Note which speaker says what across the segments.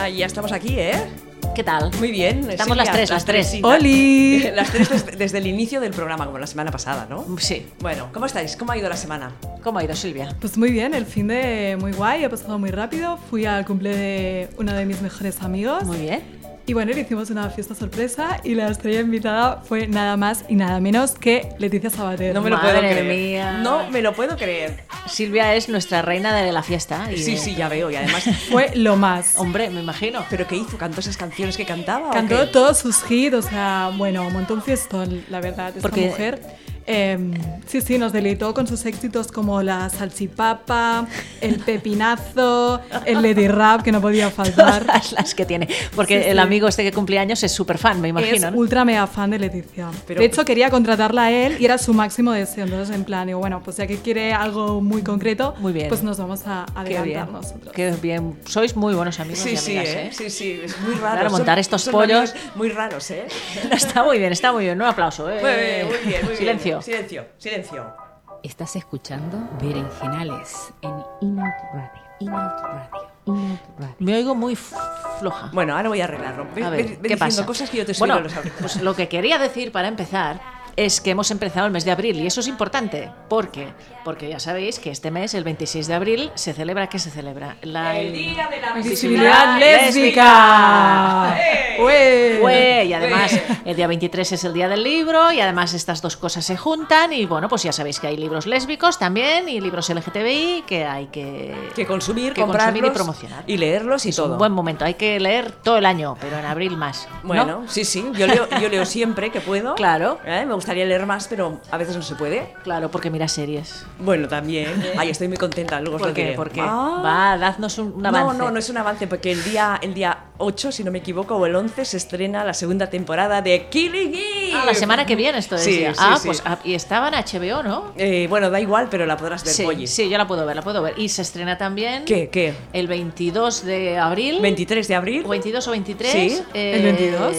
Speaker 1: Ah, ya estamos aquí, ¿eh?
Speaker 2: ¿Qué tal?
Speaker 1: Muy bien.
Speaker 2: Estamos las tres, las tres.
Speaker 1: sí.
Speaker 3: ¡Oli!
Speaker 1: Las tres des- desde, el inicio del programa, como la semana pasada, ¿no?
Speaker 2: Sí.
Speaker 1: Bueno, ¿cómo estáis? ¿Cómo ha ido la semana?
Speaker 2: ¿Cómo ha ido Silvia?
Speaker 3: Pues muy bien, el fin de muy guay, ha pasado muy rápido. Fui al cumple de uno de mis mejores amigos
Speaker 2: Muy bien.
Speaker 3: y bueno, le hicimos una fiesta sorpresa y la estrella invitada fue nada más y nada menos que Leticia Sabater.
Speaker 1: No me lo
Speaker 2: Madre
Speaker 1: puedo creer.
Speaker 2: mía.
Speaker 1: No me lo puedo creer.
Speaker 2: Silvia es nuestra reina de la fiesta. y-
Speaker 1: Sí, sí, ya veo. Y además,
Speaker 3: Fue lo más.
Speaker 2: Hombre, me imagino.
Speaker 1: ¿pero qué hizo? ¿Cantó esas canciones que cantaba? o
Speaker 3: Cantó
Speaker 1: qué?
Speaker 3: todos sus hits, o sea, bueno, montó un fiestón, la verdad, esta
Speaker 2: Porque-
Speaker 3: mujer. Em, sí, sí, nos deleitó con sus éxitos como la salchipapa, el pepinazo, el lady rap, que no podía faltar.
Speaker 2: Todas las que tiene. Porque
Speaker 3: Sí, sí.
Speaker 2: el amigo este que cumple años es súper fan, me imagino.
Speaker 3: es
Speaker 2: ¿no? pues
Speaker 3: ultra mega fan de Leticia.
Speaker 1: Pero-
Speaker 3: de hecho, quería contratarla a él y era su máximo deseo. Entonces, en plan, digo, bueno, pues ya que quiere algo muy concreto,
Speaker 2: Muy bien.
Speaker 3: pues nos vamos a
Speaker 2: Qué bien.
Speaker 3: adelantar nosotros.
Speaker 2: Qué bien. Sois muy buenos amigos
Speaker 1: Sí,
Speaker 2: y
Speaker 1: sí,
Speaker 2: amigas,
Speaker 1: ¿eh?
Speaker 2: ¿eh?
Speaker 1: Sí, sí, es muy raro.
Speaker 2: Claro,
Speaker 1: Son-
Speaker 2: montar estos
Speaker 1: son
Speaker 2: pollos.
Speaker 1: amigos Muy raros, ¿eh?
Speaker 2: Está muy bien, está muy bien. Un aplauso. ¿eh?
Speaker 1: Muy bien, muy bien, muy bien.
Speaker 2: Silencio.
Speaker 1: Silencio, silencio.
Speaker 4: Estás escuchando Berenjenales en Inout Radio. Inout Radio. Inout Radio.
Speaker 2: Me oigo muy f- floja.
Speaker 1: Bueno, ahora voy a arreglarlo. Ve-
Speaker 2: A
Speaker 1: ve-
Speaker 2: ver,
Speaker 1: ve
Speaker 2: ¿qué
Speaker 1: diciendo
Speaker 2: pasa?
Speaker 1: cosas que yo te
Speaker 2: bueno,
Speaker 1: suelo los auriculares.
Speaker 2: pues lo que quería decir para empezar es que hemos empezado el mes de abril y eso es importante. ¿Por qué? Porque ya sabéis que este mes, el 26 de abril, se celebra, ¿qué se celebra? La-
Speaker 1: de la
Speaker 3: Visibilidad lésbica. Ué.
Speaker 2: Güey, y además
Speaker 1: Güey.
Speaker 2: el día 23 es el día del libro y además estas dos cosas se juntan y bueno, pues ya sabéis que hay libros lésbicos también y libros LGTBI que hay que...
Speaker 1: Que consumir,
Speaker 2: que
Speaker 1: comprarlos
Speaker 2: consumir y promocionar.
Speaker 1: y leerlos y
Speaker 2: es
Speaker 1: todo.
Speaker 2: un buen momento, hay que leer todo el año, pero en abril más. ¿no?
Speaker 1: Bueno, sí, sí, yo leo, yo leo siempre que puedo.
Speaker 2: Claro.
Speaker 1: ¿Eh? Me gustaría leer más, pero a veces no se puede.
Speaker 2: Claro, porque mira series.
Speaker 1: Bueno, también. Ay, estoy muy contenta, luego os lo
Speaker 2: ¿Por qué?
Speaker 1: diré.
Speaker 2: ¿Por qué?
Speaker 1: Ah.
Speaker 2: Va, dadnos un, un avance.
Speaker 1: No, no, no es un avance, porque el día, el día 8, si no me equivoco, o el 11, se estrena la segunda temporada de Killing Eve.
Speaker 2: Ah, la semana que viene esto es.
Speaker 1: Sí,
Speaker 2: ya.
Speaker 1: sí,
Speaker 2: ah,
Speaker 1: sí.
Speaker 2: pues ah, y estaba en HBO, ¿no?
Speaker 1: Eh, bueno, da igual, pero la podrás ver,
Speaker 2: Sí,
Speaker 1: Polly.
Speaker 2: sí, yo la puedo ver, la puedo ver. Y se estrena también
Speaker 1: ¿Qué, qué?
Speaker 2: el 22 de abril.
Speaker 1: 23 de abril.
Speaker 2: o 22 o 23.
Speaker 1: Sí,
Speaker 2: eh,
Speaker 3: el 22,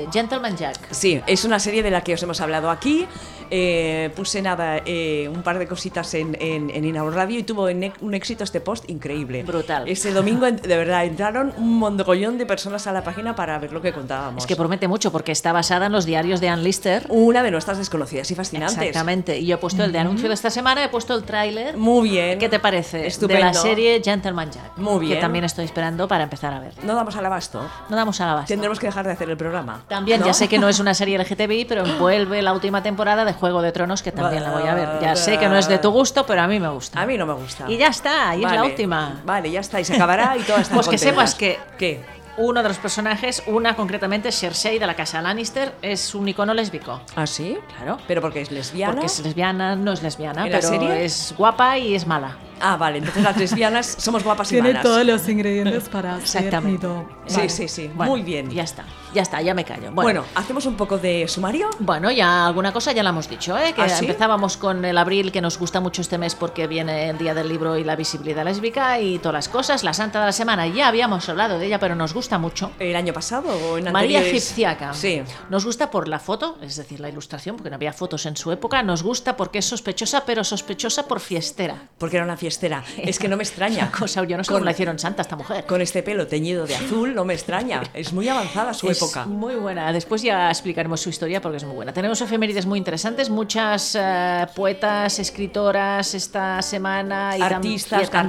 Speaker 3: sí.
Speaker 2: Gentleman Jack.
Speaker 1: Sí, es una serie de la que os hemos hablado aquí. Eh, puse nada, eh, un par de cositas en, en, en Inaud Radio y tuvo un ex- un éxito este post increíble.
Speaker 2: Brutal.
Speaker 1: Ese domingo, en- de verdad, entraron un mondogollón de personas a la página para ver lo que contábamos.
Speaker 2: Es que promete mucho porque está basada en los diarios de Ann Lister.
Speaker 1: Una de nuestras desconocidas y fascinantes.
Speaker 2: Exactamente. Y yo he puesto el de anuncio de esta semana, he puesto el tráiler.
Speaker 1: Muy bien.
Speaker 2: ¿Qué te parece?
Speaker 1: Estupendo.
Speaker 2: De la serie Gentleman Jack.
Speaker 1: Muy bien.
Speaker 2: Que también estoy esperando para empezar a ver.
Speaker 1: No damos al abasto.
Speaker 2: No damos a la base.
Speaker 1: Tendremos que dejar de hacer el programa.
Speaker 2: También,
Speaker 1: ¿no?
Speaker 2: ya sé que no es una serie LGTBI, pero envuelve la última temporada de Juego de Tronos, que también la voy a ver. Ya sé que no es de tu gusto, pero a mí me gusta.
Speaker 1: A mí no me gusta.
Speaker 2: Y ya está, y es la
Speaker 1: Vale,
Speaker 2: última.
Speaker 1: Vale, ya está, y se acabará y todas están
Speaker 2: Pues que
Speaker 1: contentas.
Speaker 2: sepas que-
Speaker 1: ¿Qué?
Speaker 2: Uno de los personajes, una concretamente, Cersei de la casa Lannister, es un icono lésbico.
Speaker 1: ¿Ah, sí?
Speaker 2: Claro.
Speaker 1: ¿Pero porque es lesbiana?
Speaker 2: Porque es lesbiana, no es lesbiana,
Speaker 1: ¿En la
Speaker 2: pero
Speaker 1: serie?
Speaker 2: es guapa y es mala.
Speaker 1: Ah, vale, entonces las lesbianas somos guapas y
Speaker 3: Tiene
Speaker 1: malas.
Speaker 3: todos los ingredientes para ser
Speaker 2: Exactamente.
Speaker 3: mito.
Speaker 1: Sí,
Speaker 2: Vale.
Speaker 1: sí, sí,
Speaker 2: Bueno,
Speaker 1: muy bien.
Speaker 2: Ya está, ya está, ya me callo.
Speaker 1: Bueno, hacemos un poco de sumario.
Speaker 2: Bueno, ya alguna cosa ya la hemos dicho, ¿eh? que
Speaker 1: ¿Ah, sí?
Speaker 2: empezábamos con el abril, que nos gusta mucho este mes porque viene el Día del Libro y la visibilidad lésbica y todas las cosas, la Santa de la Semana, ya habíamos hablado de ella, pero nos gusta mucho.
Speaker 1: ¿El año pasado o en
Speaker 2: María
Speaker 1: anteriores?
Speaker 2: Egipciaca.
Speaker 1: Sí.
Speaker 2: Nos gusta por la foto, es decir, la ilustración, porque no había fotos en su época. Nos gusta porque es sospechosa, pero sospechosa por fiestera.
Speaker 1: Porque era una fiestera. Es que no me extraña.
Speaker 2: Cosa, yo no sé
Speaker 1: con,
Speaker 2: cómo la hicieron santa esta mujer.
Speaker 1: con este pelo teñido de azul, no me extraña. Es muy avanzada su
Speaker 2: Es
Speaker 1: época.
Speaker 2: Muy buena. Después ya explicaremos su historia porque es muy buena. Tenemos efemérides muy interesantes, muchas eh, poetas, escritoras esta semana y tam-
Speaker 1: Artistas,
Speaker 2: y artistas,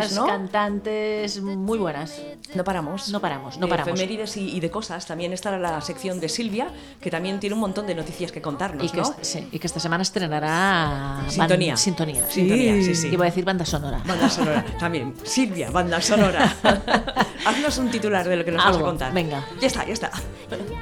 Speaker 1: cantantes, ¿no?
Speaker 2: cantantes, muy buenas.
Speaker 1: No paramos.
Speaker 2: No paramos, no
Speaker 1: De
Speaker 2: paramos.
Speaker 1: efemérides y, y de cosas. También está la sección de Silvia, que también tiene un montón de noticias que contarnos,
Speaker 2: Y que,
Speaker 1: ¿no?
Speaker 2: es- sí, y que esta semana estrenará ban-
Speaker 1: Sintonía.
Speaker 2: Pues sintonía.
Speaker 1: Sintonía, sí,
Speaker 3: Sí.
Speaker 1: sí.
Speaker 2: Iba a decir banda sonora.
Speaker 1: Banda sonora, también. Silvia, banda sonora. Haznos un titular de lo que nos vas a
Speaker 2: Algo,
Speaker 1: contar.
Speaker 2: venga.
Speaker 1: Ya está, ya está.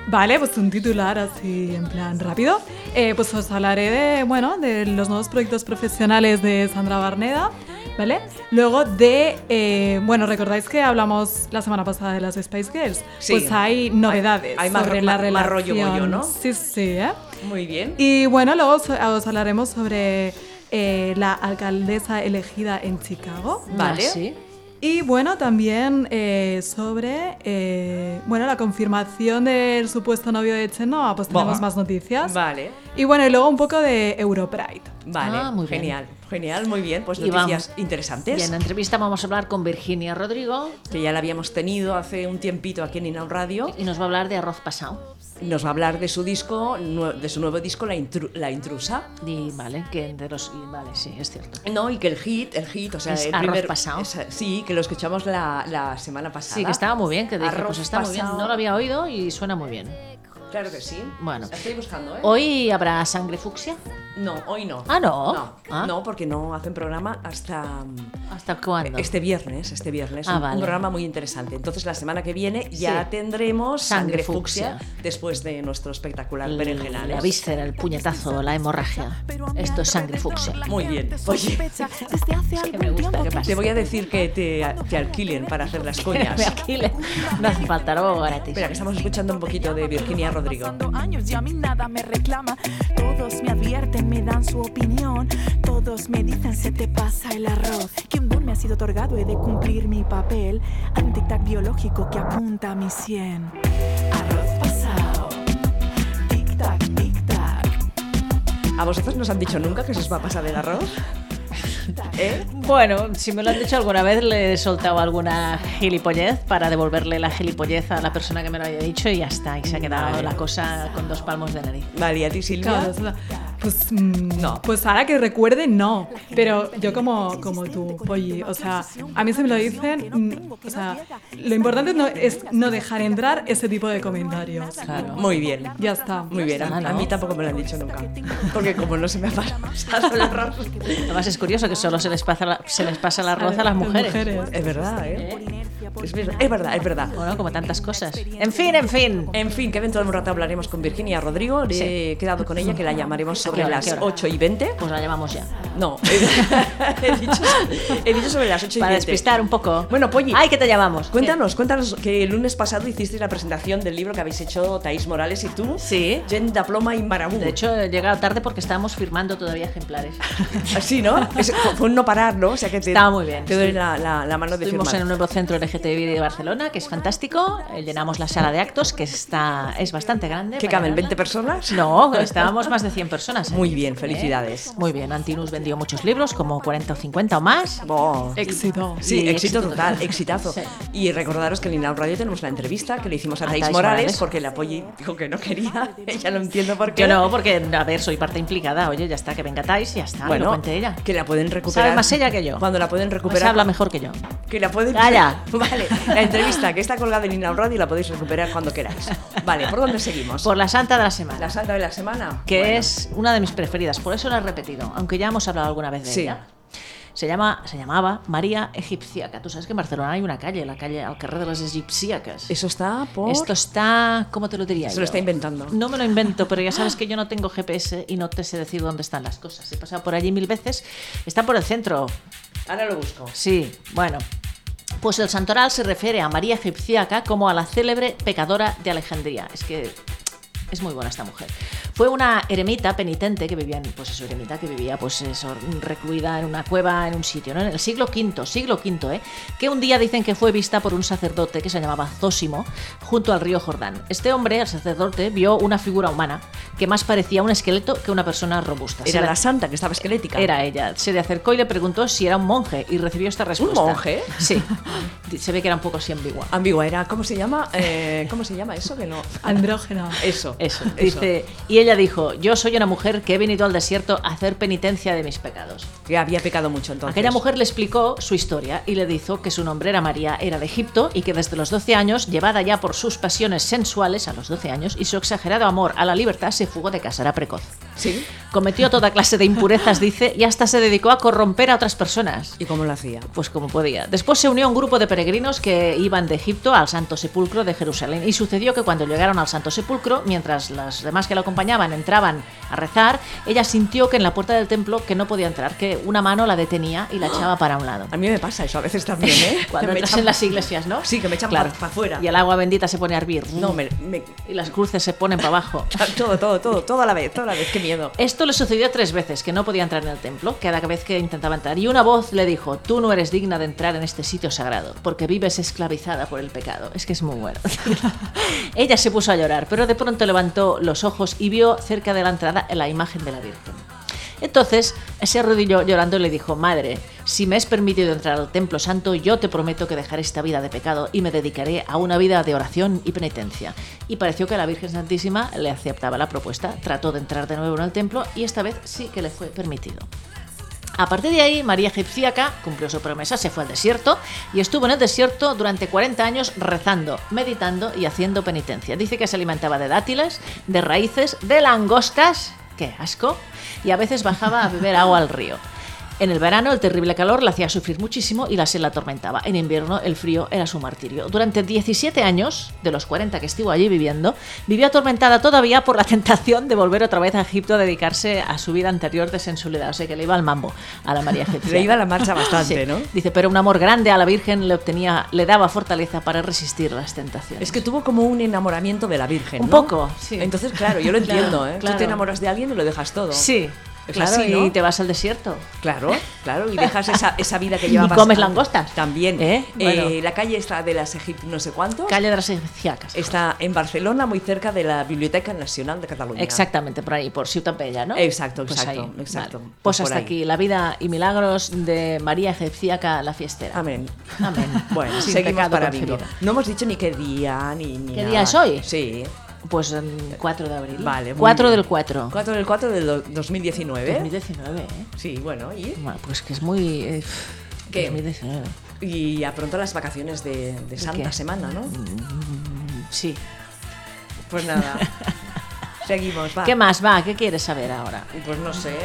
Speaker 3: Vale, pues un titular así en plan rápido. Eh, pues os hablaré de, bueno, de los nuevos proyectos profesionales de Sandra Barneda, ¿vale? Luego de, eh, bueno, recordáis que hablamos la semana pasada de las Spice Girls.
Speaker 1: Sí.
Speaker 3: Pues hay novedades
Speaker 1: Hay- hay más
Speaker 3: sobre
Speaker 1: ro-
Speaker 3: la
Speaker 1: más- más rollo
Speaker 3: relación.
Speaker 1: bollo, ¿no?
Speaker 3: Sí, sí, ¿eh?
Speaker 1: Muy bien.
Speaker 3: Y bueno, luego os, os hablaremos sobre eh, la alcaldesa elegida en Chicago.
Speaker 1: Vale.
Speaker 2: Ah, sí.
Speaker 3: Y bueno, también eh, sobre eh, bueno, la confirmación del supuesto novio de Chenoa, pues tenemos
Speaker 1: Buah.
Speaker 3: más noticias.
Speaker 1: Vale.
Speaker 3: Y bueno, y luego un poco de Europride.
Speaker 1: Vale,
Speaker 2: Ah, muy bien.
Speaker 1: genial. Genial, muy bien. Pues
Speaker 2: Y
Speaker 1: noticias
Speaker 2: vamos. Y
Speaker 1: interesantes.
Speaker 2: en la entrevista vamos a hablar con Virginia Rodrigo
Speaker 1: que ya la habíamos tenido hace un tiempito aquí en Inaun Radio.
Speaker 2: y nos va a hablar de arroz pasado.
Speaker 1: Nos va a hablar de su disco, nue- de su nuevo disco, La, Intru- La Intrusa.
Speaker 2: Y vale, que de los. y vale, sí, es cierto.
Speaker 1: No, y que el hit, el hit, o sea,
Speaker 2: Es
Speaker 1: el
Speaker 2: arroz
Speaker 1: primer-
Speaker 2: pasao.
Speaker 1: esa- sí, que lo escuchamos la, la semana pasada.
Speaker 2: Sí, que estaba muy bien, que dije,
Speaker 1: Arroz
Speaker 2: pues está muy bien.
Speaker 1: pasao.
Speaker 2: No lo había oído y suena muy bien.
Speaker 1: Claro que sí.
Speaker 2: Bueno.
Speaker 1: La estoy buscando, ¿eh?
Speaker 2: ¿Hoy habrá sangre fucsia?
Speaker 1: No, hoy no.
Speaker 2: Ah, no.
Speaker 1: No,
Speaker 2: Ah.
Speaker 1: no, porque no hacen programa hasta mm,
Speaker 2: ¿Hasta cuándo?
Speaker 1: este viernes, este viernes.
Speaker 2: Ah,
Speaker 1: un, un
Speaker 2: vale.
Speaker 1: programa muy interesante. Entonces la semana que viene ya
Speaker 2: Sí.
Speaker 1: tendremos
Speaker 2: Sangre
Speaker 1: sangre fucsia,
Speaker 2: fucsia.
Speaker 1: después de nuestro espectacular berenjenales.
Speaker 2: La víscera, el puñetazo, la hemorragia. Esto es sangre fucsia.
Speaker 1: Muy bien.
Speaker 5: pues
Speaker 1: Oye,
Speaker 5: Desde hace
Speaker 2: Es que me gusta que
Speaker 1: te
Speaker 2: pase.
Speaker 1: voy a decir que te, te alquilen para hacer las
Speaker 2: Me
Speaker 1: coñas.
Speaker 2: alquilen. No hace falta, lo hago gratis.
Speaker 1: Espera, que estamos escuchando un poquito de Virginia Rodrigo.
Speaker 5: Pasando años y a mí nada me reclama. Todos me advierten, me dan su opinión. Todos me dicen se te pasa el arroz. Que un don me ha sido otorgado, he de cumplir mi papel. Hay un tic-tac biológico que apunta a mi 100. Arroz pasado. Tic-tac, tic-tac.
Speaker 1: ¿A vosotros nos han dicho nunca que se os va a pasar el arroz? ¿Eh?
Speaker 2: Bueno, si me lo han dicho alguna vez, le he soltado alguna gilipollez para devolverle la gilipollez a la persona que me lo haya dicho y ya está. Y se ha quedado
Speaker 1: Vale.
Speaker 2: la cosa con dos palmos de nariz.
Speaker 1: Vale, ¿y a ti Silvia?
Speaker 3: Claro, o sea, pues, mm,
Speaker 1: No.
Speaker 3: pues ahora que recuerde, no. Pero yo como, como tú, Polly, o sea, a mí se me lo dicen, mm, o sea, lo importante no, es no dejar entrar ese tipo de comentarios.
Speaker 2: Claro.
Speaker 1: Muy bien.
Speaker 3: Ya está.
Speaker 1: Muy bien, a,
Speaker 2: Ah, ¿no?
Speaker 1: a mí tampoco me lo han dicho nunca. Porque como no se me ha pasado el arroz.
Speaker 2: Además es curioso que solo se les pasa la, se les pasa el arroz a las mujeres.
Speaker 1: Es verdad, ¿eh? Es verdad, es verdad, es verdad.
Speaker 2: Bueno, como tantas cosas. En fin, en fin.
Speaker 1: En fin, que dentro de un rato hablaremos con Virginia Rodrigo. Le He quedado con ella que la llamaremos
Speaker 2: ¿A qué
Speaker 1: sobre
Speaker 2: hora, qué
Speaker 1: las
Speaker 2: hora?
Speaker 1: 8 y 20.
Speaker 2: Pues la llamamos ya.
Speaker 1: No, he dicho, he dicho sobre las 8 y
Speaker 2: Para
Speaker 1: 20.
Speaker 2: despistar un poco.
Speaker 1: Bueno, Polly.
Speaker 2: ¡Ay, que te llamamos!
Speaker 1: Cuéntanos, cuéntanos que el lunes pasado hicisteis la presentación del libro que habéis hecho Taís Morales y tú.
Speaker 2: Sí.
Speaker 1: Yenda Ploma y Marabú.
Speaker 2: De hecho, he llegado tarde porque estábamos firmando todavía ejemplares.
Speaker 1: Así, ¿no? Es- fue un no parar, ¿no? O sea que te,
Speaker 2: Estaba muy bien,
Speaker 1: te doy
Speaker 2: sí.
Speaker 1: la, la- la mano de
Speaker 2: Estuvimos
Speaker 1: firmar.
Speaker 2: en un nuevo centro LGTBI de Barcelona, que es fantástico. Eh, Llenamos la sala de actos, que está, es bastante grande.
Speaker 1: ¿Qué
Speaker 2: para
Speaker 1: caben?
Speaker 2: verla.
Speaker 1: ¿20 personas?
Speaker 2: No, estábamos más de 100 personas. ¿eh?
Speaker 1: Muy bien, felicidades.
Speaker 2: Muy bien, Antinus vendió muchos libros, como 40 o 50 o más.
Speaker 1: Bo.
Speaker 3: Éxito.
Speaker 1: Sí,
Speaker 2: Y
Speaker 1: éxito
Speaker 2: éxito
Speaker 1: total,
Speaker 2: total.
Speaker 1: exitazo.
Speaker 2: Sí.
Speaker 1: Y recordaros que en Inaud Radio tenemos la entrevista que le hicimos a
Speaker 2: A
Speaker 1: Thais
Speaker 2: Thais
Speaker 1: Morales,
Speaker 2: Morales.
Speaker 1: porque la Polly dijo que no quería. Ella no entiendo por qué.
Speaker 2: Yo no, porque, a ver, soy parte implicada. Oye, ya está, que venga Tais, ya está, bueno, lo
Speaker 1: Bueno,
Speaker 2: cuente Ah, ella.
Speaker 1: que la pueden recuperar.
Speaker 2: Sabe más ella que yo.
Speaker 1: Cuando la pueden
Speaker 2: Pues
Speaker 1: recuperar.
Speaker 2: habla mejor que yo.
Speaker 1: Que la pueden.
Speaker 2: Calla.
Speaker 1: Vale, la entrevista que está colgada en Inaud Radio la podéis recuperar cuando queráis. Vale, ¿por dónde seguimos?
Speaker 2: Por la santa de la semana.
Speaker 1: la santa de la semana.
Speaker 2: que
Speaker 1: Bueno.
Speaker 2: es una de mis preferidas, por eso la he repetido, aunque ya hemos hablado alguna vez de
Speaker 1: Sí.
Speaker 2: ella. Se, llama, se llamaba María Egipciaca. Tú sabes que en Barcelona hay una calle, la calle al carrer de las Egipciacas.
Speaker 1: Eso está por.
Speaker 2: Esto está, ¿cómo te lo diría?
Speaker 1: Se
Speaker 2: yo?
Speaker 1: lo está inventando.
Speaker 2: No me lo invento, pero ya sabes que yo no tengo GPS y no te sé decir dónde están las cosas. He pasado por allí mil veces. Está por el centro,
Speaker 1: Ahora lo busco.
Speaker 2: Sí, bueno. Pues el santoral se refiere a María Egipciaca como a la célebre pecadora de Alejandría. Es que es muy buena esta mujer. Fue una eremita penitente que vivía, en, pues eso, eremita que vivía, pues eso, recluida en una cueva, en un sitio, ¿no? En el siglo V, siglo V, ¿eh? Que un día dicen que fue vista por un sacerdote que se llamaba Zósimo junto al río Jordán. Este hombre, el sacerdote, vio una figura humana que más parecía un esqueleto que una persona robusta. Se
Speaker 1: Era
Speaker 2: la-
Speaker 1: la santa que estaba esquelética.
Speaker 2: era ella. Se le acercó y le preguntó si era un monje y recibió esta respuesta.
Speaker 1: monje?
Speaker 2: Sí. Se ve que era un poco así ambigua.
Speaker 1: Ambigua era, ¿cómo se llama? Eh, ¿Cómo se llama eso? Que no.
Speaker 3: Andrógena.
Speaker 1: Eso.
Speaker 2: Eso. Dice, y ella dijo, yo soy una mujer que he venido al desierto a hacer penitencia de mis pecados.
Speaker 1: Que había pecado mucho entonces.
Speaker 2: Aquella mujer le explicó su historia y le dijo que su nombre era María, era de Egipto y que desde los 12 años, llevada ya por sus pasiones sensuales a los 12 años y su exagerado amor a la libertad, se fugó de casa, era precoz.
Speaker 1: Sí.
Speaker 2: Cometió toda clase de impurezas, dice, y hasta se dedicó a corromper a otras personas.
Speaker 1: ¿Y cómo lo hacía?
Speaker 2: Pues como podía. Después se unió a un grupo de peregrinos que iban de Egipto al Santo Sepulcro de Jerusalén y sucedió que cuando llegaron al Santo Sepulcro, mientras las demás que la acompañaban entraban a rezar, ella sintió que en la puerta del templo que no podía entrar, que una mano la detenía y la echaba para un lado.
Speaker 1: A mí me pasa eso a veces también, ¿eh?
Speaker 2: Cuando
Speaker 1: me
Speaker 2: entras en las iglesias, ¿no?
Speaker 1: Sí, que me echan pa- pa' fuera.
Speaker 2: Y el agua bendita se pone a hervir.
Speaker 1: No, me, me-
Speaker 2: Y las cruces se ponen para abajo.
Speaker 1: Todo, todo, todo, todo a la vez, toda la vez, qué miedo.
Speaker 2: Esto le sucedió tres veces, que no podía entrar en el templo, cada vez que intentaba entrar. Y una voz le dijo, tú no eres digna de entrar en este sitio sagrado, porque vives esclavizada por el pecado. Es que es muy bueno. Ella se puso a llorar, pero de pronto levantó los ojos y vio cerca de la entrada la imagen de la Virgen. Entonces se arrodilló llorando y le dijo, Madre, si me es permitido entrar al templo santo, yo te prometo que dejaré esta vida de pecado y me dedicaré a una vida de oración y penitencia. Y pareció que la Virgen Santísima le aceptaba la propuesta, trató de entrar de nuevo en el templo y esta vez sí que le fue permitido. A partir de ahí, María Egipciaca cumplió su promesa, se fue al desierto y estuvo en el desierto durante 40 años rezando, meditando y haciendo penitencia. Dice que se alimentaba de dátiles, de raíces, de langostas, qué asco, y a veces bajaba a beber agua al río. En el verano el terrible calor la hacía sufrir muchísimo y la sed la atormentaba. En invierno el frío era su martirio. Durante 17 años, de los 40 que estuvo allí viviendo, vivió atormentada todavía por la tentación de volver otra vez a Egipto a dedicarse a su vida anterior de sensualidad. O sea que le iba al mambo a la María Egipcia.
Speaker 1: Le iba la marcha bastante,
Speaker 2: Sí.
Speaker 1: ¿no?
Speaker 2: Dice, pero un amor grande a la Virgen le obtenía, le daba fortaleza para resistir las tentaciones.
Speaker 1: Es que tuvo como un enamoramiento de la Virgen.
Speaker 2: Un
Speaker 1: ¿no?
Speaker 2: poco, sí.
Speaker 1: Entonces, claro, yo lo
Speaker 2: Claro,
Speaker 1: entiendo, ¿eh?
Speaker 2: claro.
Speaker 1: Tú te enamoras de alguien y lo dejas todo.
Speaker 2: sí,
Speaker 1: Es
Speaker 2: claro,
Speaker 1: así, ¿no?
Speaker 2: y te vas al desierto.
Speaker 1: Claro, claro, y dejas esa, esa vida que llevabas.
Speaker 2: comes langostas.
Speaker 1: También.
Speaker 2: ¿Eh? Bueno.
Speaker 1: la calle está de las Egip no sé cuántos.
Speaker 2: Calle de las Egipciacas.
Speaker 1: Está en Barcelona, muy cerca de la Biblioteca Nacional de Cataluña.
Speaker 2: Exactamente, por ahí, por Ciutat Bella, ¿no?
Speaker 1: Exacto,
Speaker 2: Pues
Speaker 1: exacto,
Speaker 2: ahí,
Speaker 1: exacto.
Speaker 2: vale. Pues,
Speaker 1: Pues por
Speaker 2: hasta
Speaker 1: ahí.
Speaker 2: aquí, la vida y milagros de María Egipciaca la fiestera.
Speaker 1: Amén.
Speaker 2: Amén.
Speaker 1: Bueno,
Speaker 2: Sin
Speaker 1: seguimos
Speaker 2: pecado
Speaker 1: para
Speaker 2: concebido.
Speaker 1: bingo. No hemos dicho ni qué día ni, ni
Speaker 2: ¿Qué
Speaker 1: nada.
Speaker 2: día es hoy?
Speaker 1: Sí.
Speaker 2: Pues en 4 de abril.
Speaker 1: Vale, muy
Speaker 2: 4
Speaker 1: bien.
Speaker 2: del 4.
Speaker 1: 4 del 4 del do- 2019.
Speaker 2: 2019, ¿eh?
Speaker 1: Sí, bueno, y,
Speaker 2: Bueno, pues que es muy... eh,
Speaker 1: ¿Qué?
Speaker 2: 2019.
Speaker 1: y a pronto las vacaciones de, de Santa
Speaker 2: qué? Mm.
Speaker 1: Semana, ¿no?
Speaker 2: Sí.
Speaker 1: Pues nada. Seguimos, va.
Speaker 2: ¿Qué más va? ¿Qué quieres saber ahora?
Speaker 1: Pues no sé.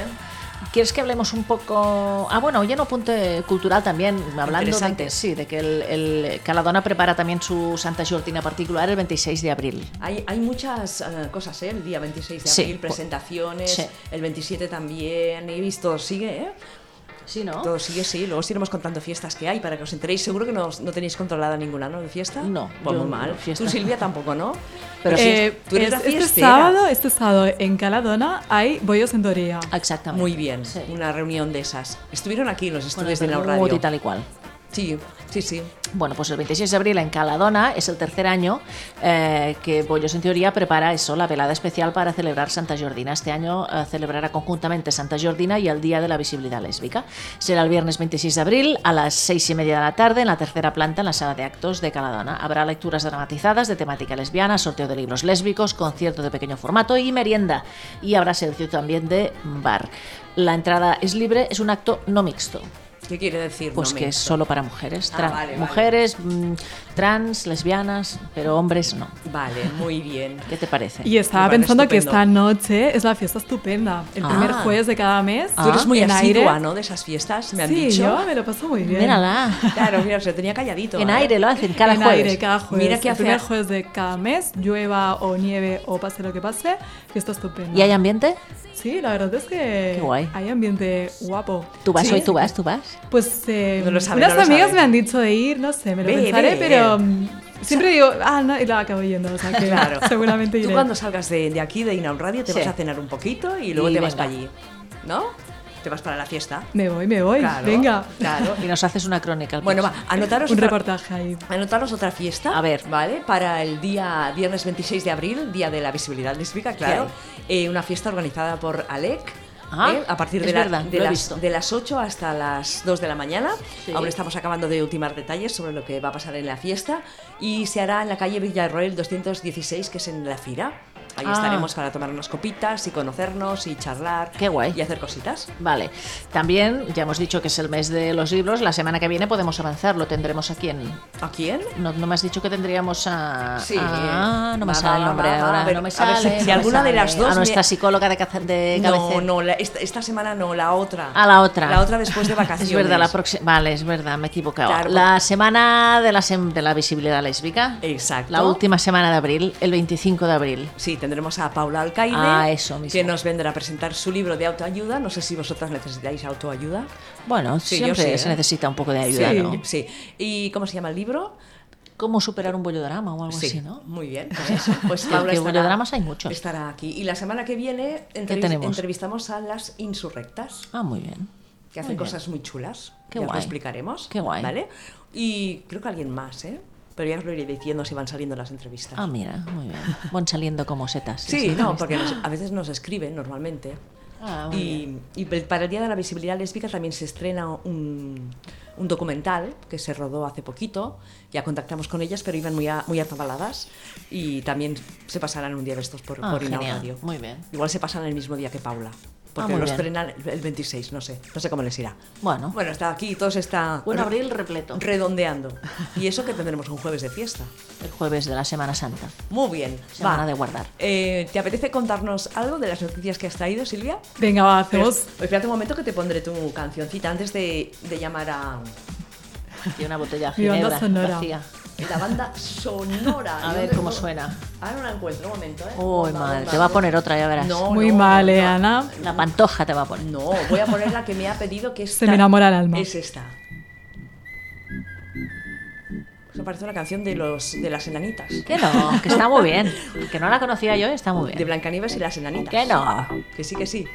Speaker 2: ¿Quieres que hablemos un poco? Ah, bueno, ya no apunte cultural también, hablando de
Speaker 1: Interesante.
Speaker 2: que, sí, de que el, el Caladona prepara también su Santa Jortina particular el 26 de abril.
Speaker 1: Hay, hay muchas eh, cosas, ¿eh? El día 26 de
Speaker 2: Sí,
Speaker 1: abril,
Speaker 2: por-
Speaker 1: presentaciones,
Speaker 2: sí.
Speaker 1: el 27 también, he visto, sigue, ¿eh?
Speaker 2: Sí, ¿no?
Speaker 1: Todo sigue, sí. Luego os iremos contando fiestas que hay para que os enteréis. Seguro que no, os- no tenéis controlada ninguna, ¿no? ¿De fiesta?
Speaker 2: No,
Speaker 1: Pues
Speaker 2: yo
Speaker 1: muy
Speaker 2: no,
Speaker 1: mal.
Speaker 2: fiesta.
Speaker 1: Tú, Silvia, tampoco, ¿no?
Speaker 2: Pero sí,
Speaker 3: Eh,
Speaker 1: tú eres
Speaker 3: es-
Speaker 1: la
Speaker 3: este
Speaker 1: fiestera.
Speaker 3: sábado, este sábado en Caladona hay bollos en Doría.
Speaker 2: Exactamente.
Speaker 1: Muy bien,
Speaker 2: Sí.
Speaker 1: una reunión de esas. Estuvieron aquí en los
Speaker 2: Con
Speaker 1: estudios
Speaker 2: el
Speaker 1: de la
Speaker 2: vermut
Speaker 1: radio.
Speaker 2: y tal y cual.
Speaker 1: Sí, sí, sí.
Speaker 2: Bueno, pues el 26 de abril en Caladona es el tercer año eh, que Bollos en Teoría prepara eso, la velada especial para celebrar Santa Jordina. Este año eh, celebrará conjuntamente Santa Jordina y el Día de la Visibilidad Lésbica. Será el viernes 26 de abril a las 6 y media de la tarde en la tercera planta en la sala de actos de Caladona. Habrá lecturas dramatizadas de temática lesbiana, sorteo de libros lésbicos, concierto de pequeño formato y merienda. Y habrá servicio también de bar. La entrada es libre, es un acto no mixto.
Speaker 1: ¿Qué quiere decir?
Speaker 2: Pues
Speaker 1: No
Speaker 2: que
Speaker 1: me-
Speaker 2: es solo para mujeres.
Speaker 1: Ah,
Speaker 2: Tran-
Speaker 1: vale, vale.
Speaker 2: Mujeres, mm, trans, lesbianas, pero hombres no.
Speaker 1: Vale, muy bien.
Speaker 2: ¿Qué te parece?
Speaker 3: Y
Speaker 1: Me
Speaker 3: estaba
Speaker 1: parece
Speaker 3: pensando que
Speaker 1: estupendo.
Speaker 3: esta noche es la fiesta estupenda. El
Speaker 2: Ah.
Speaker 3: primer jueves de cada mes.
Speaker 1: Tú eres muy
Speaker 3: en aire.
Speaker 1: asidua, ¿no? De esas fiestas, me han
Speaker 3: sí,
Speaker 1: dicho.
Speaker 3: yo me lo paso muy bien.
Speaker 2: Mírala.
Speaker 1: Claro, mira, se lo tenía calladito.
Speaker 2: En
Speaker 1: ¿eh?
Speaker 2: aire lo hacen cada
Speaker 3: en
Speaker 2: jueves.
Speaker 3: aire cada jueves.
Speaker 1: Mira que
Speaker 3: el
Speaker 1: hace-
Speaker 3: primer jueves de cada mes, llueva o nieve o pase lo que pase, fiesta estupenda.
Speaker 2: ¿Y hay ambiente?
Speaker 3: Sí, la verdad es que
Speaker 2: Qué guay.
Speaker 3: hay ambiente guapo.
Speaker 2: Tú vas
Speaker 1: Sí.
Speaker 2: hoy, tú vas, tú vas.
Speaker 3: Pues eh,
Speaker 1: No lo sabe,
Speaker 3: unas
Speaker 1: no lo
Speaker 3: amigas
Speaker 1: sabe.
Speaker 3: me han dicho de ir, no sé, me lo
Speaker 1: Ve,
Speaker 3: pensaré,
Speaker 1: ve.
Speaker 3: pero mm, siempre digo, ah, no, y la acabo yendo, o sea que
Speaker 1: Claro.
Speaker 3: seguramente
Speaker 1: Tú
Speaker 3: iré.
Speaker 1: cuando salgas de, de aquí, de Inaun Radio, te
Speaker 2: Sí.
Speaker 1: vas a cenar un poquito y luego
Speaker 2: Y
Speaker 1: te vas
Speaker 2: venga.
Speaker 1: para allí. ¿no? Te vas para la fiesta.
Speaker 3: Me voy, me voy,
Speaker 1: Claro,
Speaker 3: venga.
Speaker 1: Claro.
Speaker 2: Y nos haces una crónica. al
Speaker 1: Bueno, va,
Speaker 2: próximo.
Speaker 1: anotaros
Speaker 3: Un
Speaker 1: otra-
Speaker 3: reportaje ahí.
Speaker 1: Anotaros otra fiesta.
Speaker 2: A ver.
Speaker 1: ¿Vale? Para el día viernes 26 de abril, día de la visibilidad lésbica, claro. Eh, una fiesta organizada por Alec.
Speaker 2: Ah,
Speaker 1: ¿eh? A partir de,
Speaker 2: es
Speaker 1: la-
Speaker 2: verdad,
Speaker 1: de
Speaker 2: lo he visto.
Speaker 1: las, de las 8 hasta las 2 de la mañana.
Speaker 2: Sí.
Speaker 1: Aún estamos acabando de ultimar detalles sobre lo que va a pasar en la fiesta. Y se hará en la calle Villarroel 216, que es en la Fira. Ahí
Speaker 2: Ah.
Speaker 1: estaremos para tomar unas copitas y conocernos y charlar.
Speaker 2: Qué guay.
Speaker 1: Y hacer cositas.
Speaker 2: Vale. También, ya hemos dicho que es el mes de los libros. La semana que viene podemos avanzar. Lo tendremos aquí en.
Speaker 1: ¿A quién?
Speaker 2: No, no me has dicho que tendríamos a.
Speaker 1: Sí.
Speaker 2: Ah, no me
Speaker 1: Va,
Speaker 2: sale el
Speaker 1: va,
Speaker 2: nombre
Speaker 1: va, va.
Speaker 2: ahora.
Speaker 1: A ver,
Speaker 2: no me
Speaker 1: a ver
Speaker 2: sale.
Speaker 1: si-
Speaker 2: no
Speaker 1: si
Speaker 2: me
Speaker 1: alguna de las
Speaker 2: sale.
Speaker 1: dos
Speaker 2: A
Speaker 1: me-
Speaker 2: nuestra psicóloga de, caza- de cabecera.
Speaker 1: No, no, la- esta, esta semana no, la otra.
Speaker 2: A la otra.
Speaker 1: La otra después de vacaciones.
Speaker 2: Es verdad, la próxima. Vale, es verdad, me he equivocado.
Speaker 1: Claro.
Speaker 2: La semana de la, sem- de la visibilidad lésbica.
Speaker 1: Exacto.
Speaker 2: La última semana de abril, el 25 de abril.
Speaker 1: Sí, tendremos a Paula Alcaide,
Speaker 2: Ah, eso mismo.
Speaker 1: que nos vendrá a presentar su libro de autoayuda. No sé si vosotras necesitáis autoayuda.
Speaker 2: Bueno,
Speaker 1: Sí, yo
Speaker 2: siempre
Speaker 1: sí, ¿eh?
Speaker 2: se necesita un poco de ayuda,
Speaker 1: sí,
Speaker 2: ¿no?
Speaker 1: sí. ¿Y cómo se llama el libro?
Speaker 2: ¿Cómo superar un bollodrama o algo así, no?
Speaker 1: Muy bien. Pues, eso. Pues
Speaker 2: Que-
Speaker 1: Paula
Speaker 2: que
Speaker 1: estará,
Speaker 2: bollodramas hay muchos.
Speaker 1: estará aquí. Y la semana que viene entrevis-
Speaker 2: tenemos?
Speaker 1: entrevistamos a las insurrectas,
Speaker 2: Ah, muy bien.
Speaker 1: que hacen
Speaker 2: Muy bien.
Speaker 1: cosas muy chulas.
Speaker 2: Qué
Speaker 1: ya os lo
Speaker 2: guay.
Speaker 1: explicaremos.
Speaker 2: Qué guay.
Speaker 1: ¿Vale? Y creo que alguien más, ¿eh? Pero ya os lo iré diciendo si van saliendo las entrevistas.
Speaker 2: Ah, mira, muy bien. Van saliendo como setas.
Speaker 1: Sí, no, porque nos- a veces nos escriben normalmente.
Speaker 2: Ah, muy
Speaker 1: y, y para el Día de la Visibilidad Lésbica también se estrena un, un documental que se rodó hace poquito. Ya contactamos con ellas, pero iban muy, a- muy atabaladas y también se pasarán un día de estos por,
Speaker 2: Ah,
Speaker 1: por Inau
Speaker 2: genial.
Speaker 1: Radio.
Speaker 2: Muy bien. Ah,
Speaker 1: Igual se pasan el mismo día que Paula. Porque
Speaker 2: muy
Speaker 1: lo
Speaker 2: bien.
Speaker 1: estrenan el 26, no sé, no sé cómo les irá.
Speaker 2: Bueno.
Speaker 1: Bueno, está aquí, todo se está
Speaker 2: Buen
Speaker 1: re-
Speaker 2: abril repleto.
Speaker 1: redondeando. Y eso que tendremos un jueves de fiesta.
Speaker 2: El jueves de la Semana Santa.
Speaker 1: Muy bien.
Speaker 2: Semana de guardar.
Speaker 1: Eh, ¿Te apetece contarnos algo de las noticias que has traído, Silvia?
Speaker 3: Venga, va,
Speaker 1: Pero,
Speaker 3: hacemos.
Speaker 1: espérate un momento que te pondré tu cancioncita antes de, de llamar a
Speaker 2: Y una botella de
Speaker 3: Mi banda
Speaker 2: ginebra
Speaker 3: sonora.
Speaker 2: vacía.
Speaker 1: la banda sonora.
Speaker 2: A
Speaker 1: Yo
Speaker 2: ver
Speaker 1: no
Speaker 2: cómo
Speaker 1: tengo-
Speaker 2: suena.
Speaker 1: Ahora no la encuentro, un momento, ¿eh?
Speaker 2: Uy,
Speaker 1: Onda,
Speaker 2: madre,
Speaker 1: onda,
Speaker 2: te va a
Speaker 1: no.
Speaker 2: poner otra, ya verás.
Speaker 3: Muy mal, eh,
Speaker 1: no.
Speaker 3: Ana.
Speaker 2: La pantoja te va a poner.
Speaker 1: No, voy a poner la que me ha pedido que es
Speaker 3: Se me enamora el alma.
Speaker 1: Es esta. Eso parece una canción de los de las enanitas.
Speaker 2: Que no, que está muy bien. Que no la conocía yo, está muy
Speaker 1: De
Speaker 2: bien.
Speaker 1: Blancanieves y las enanitas.
Speaker 2: Que no.
Speaker 1: Que sí, que sí.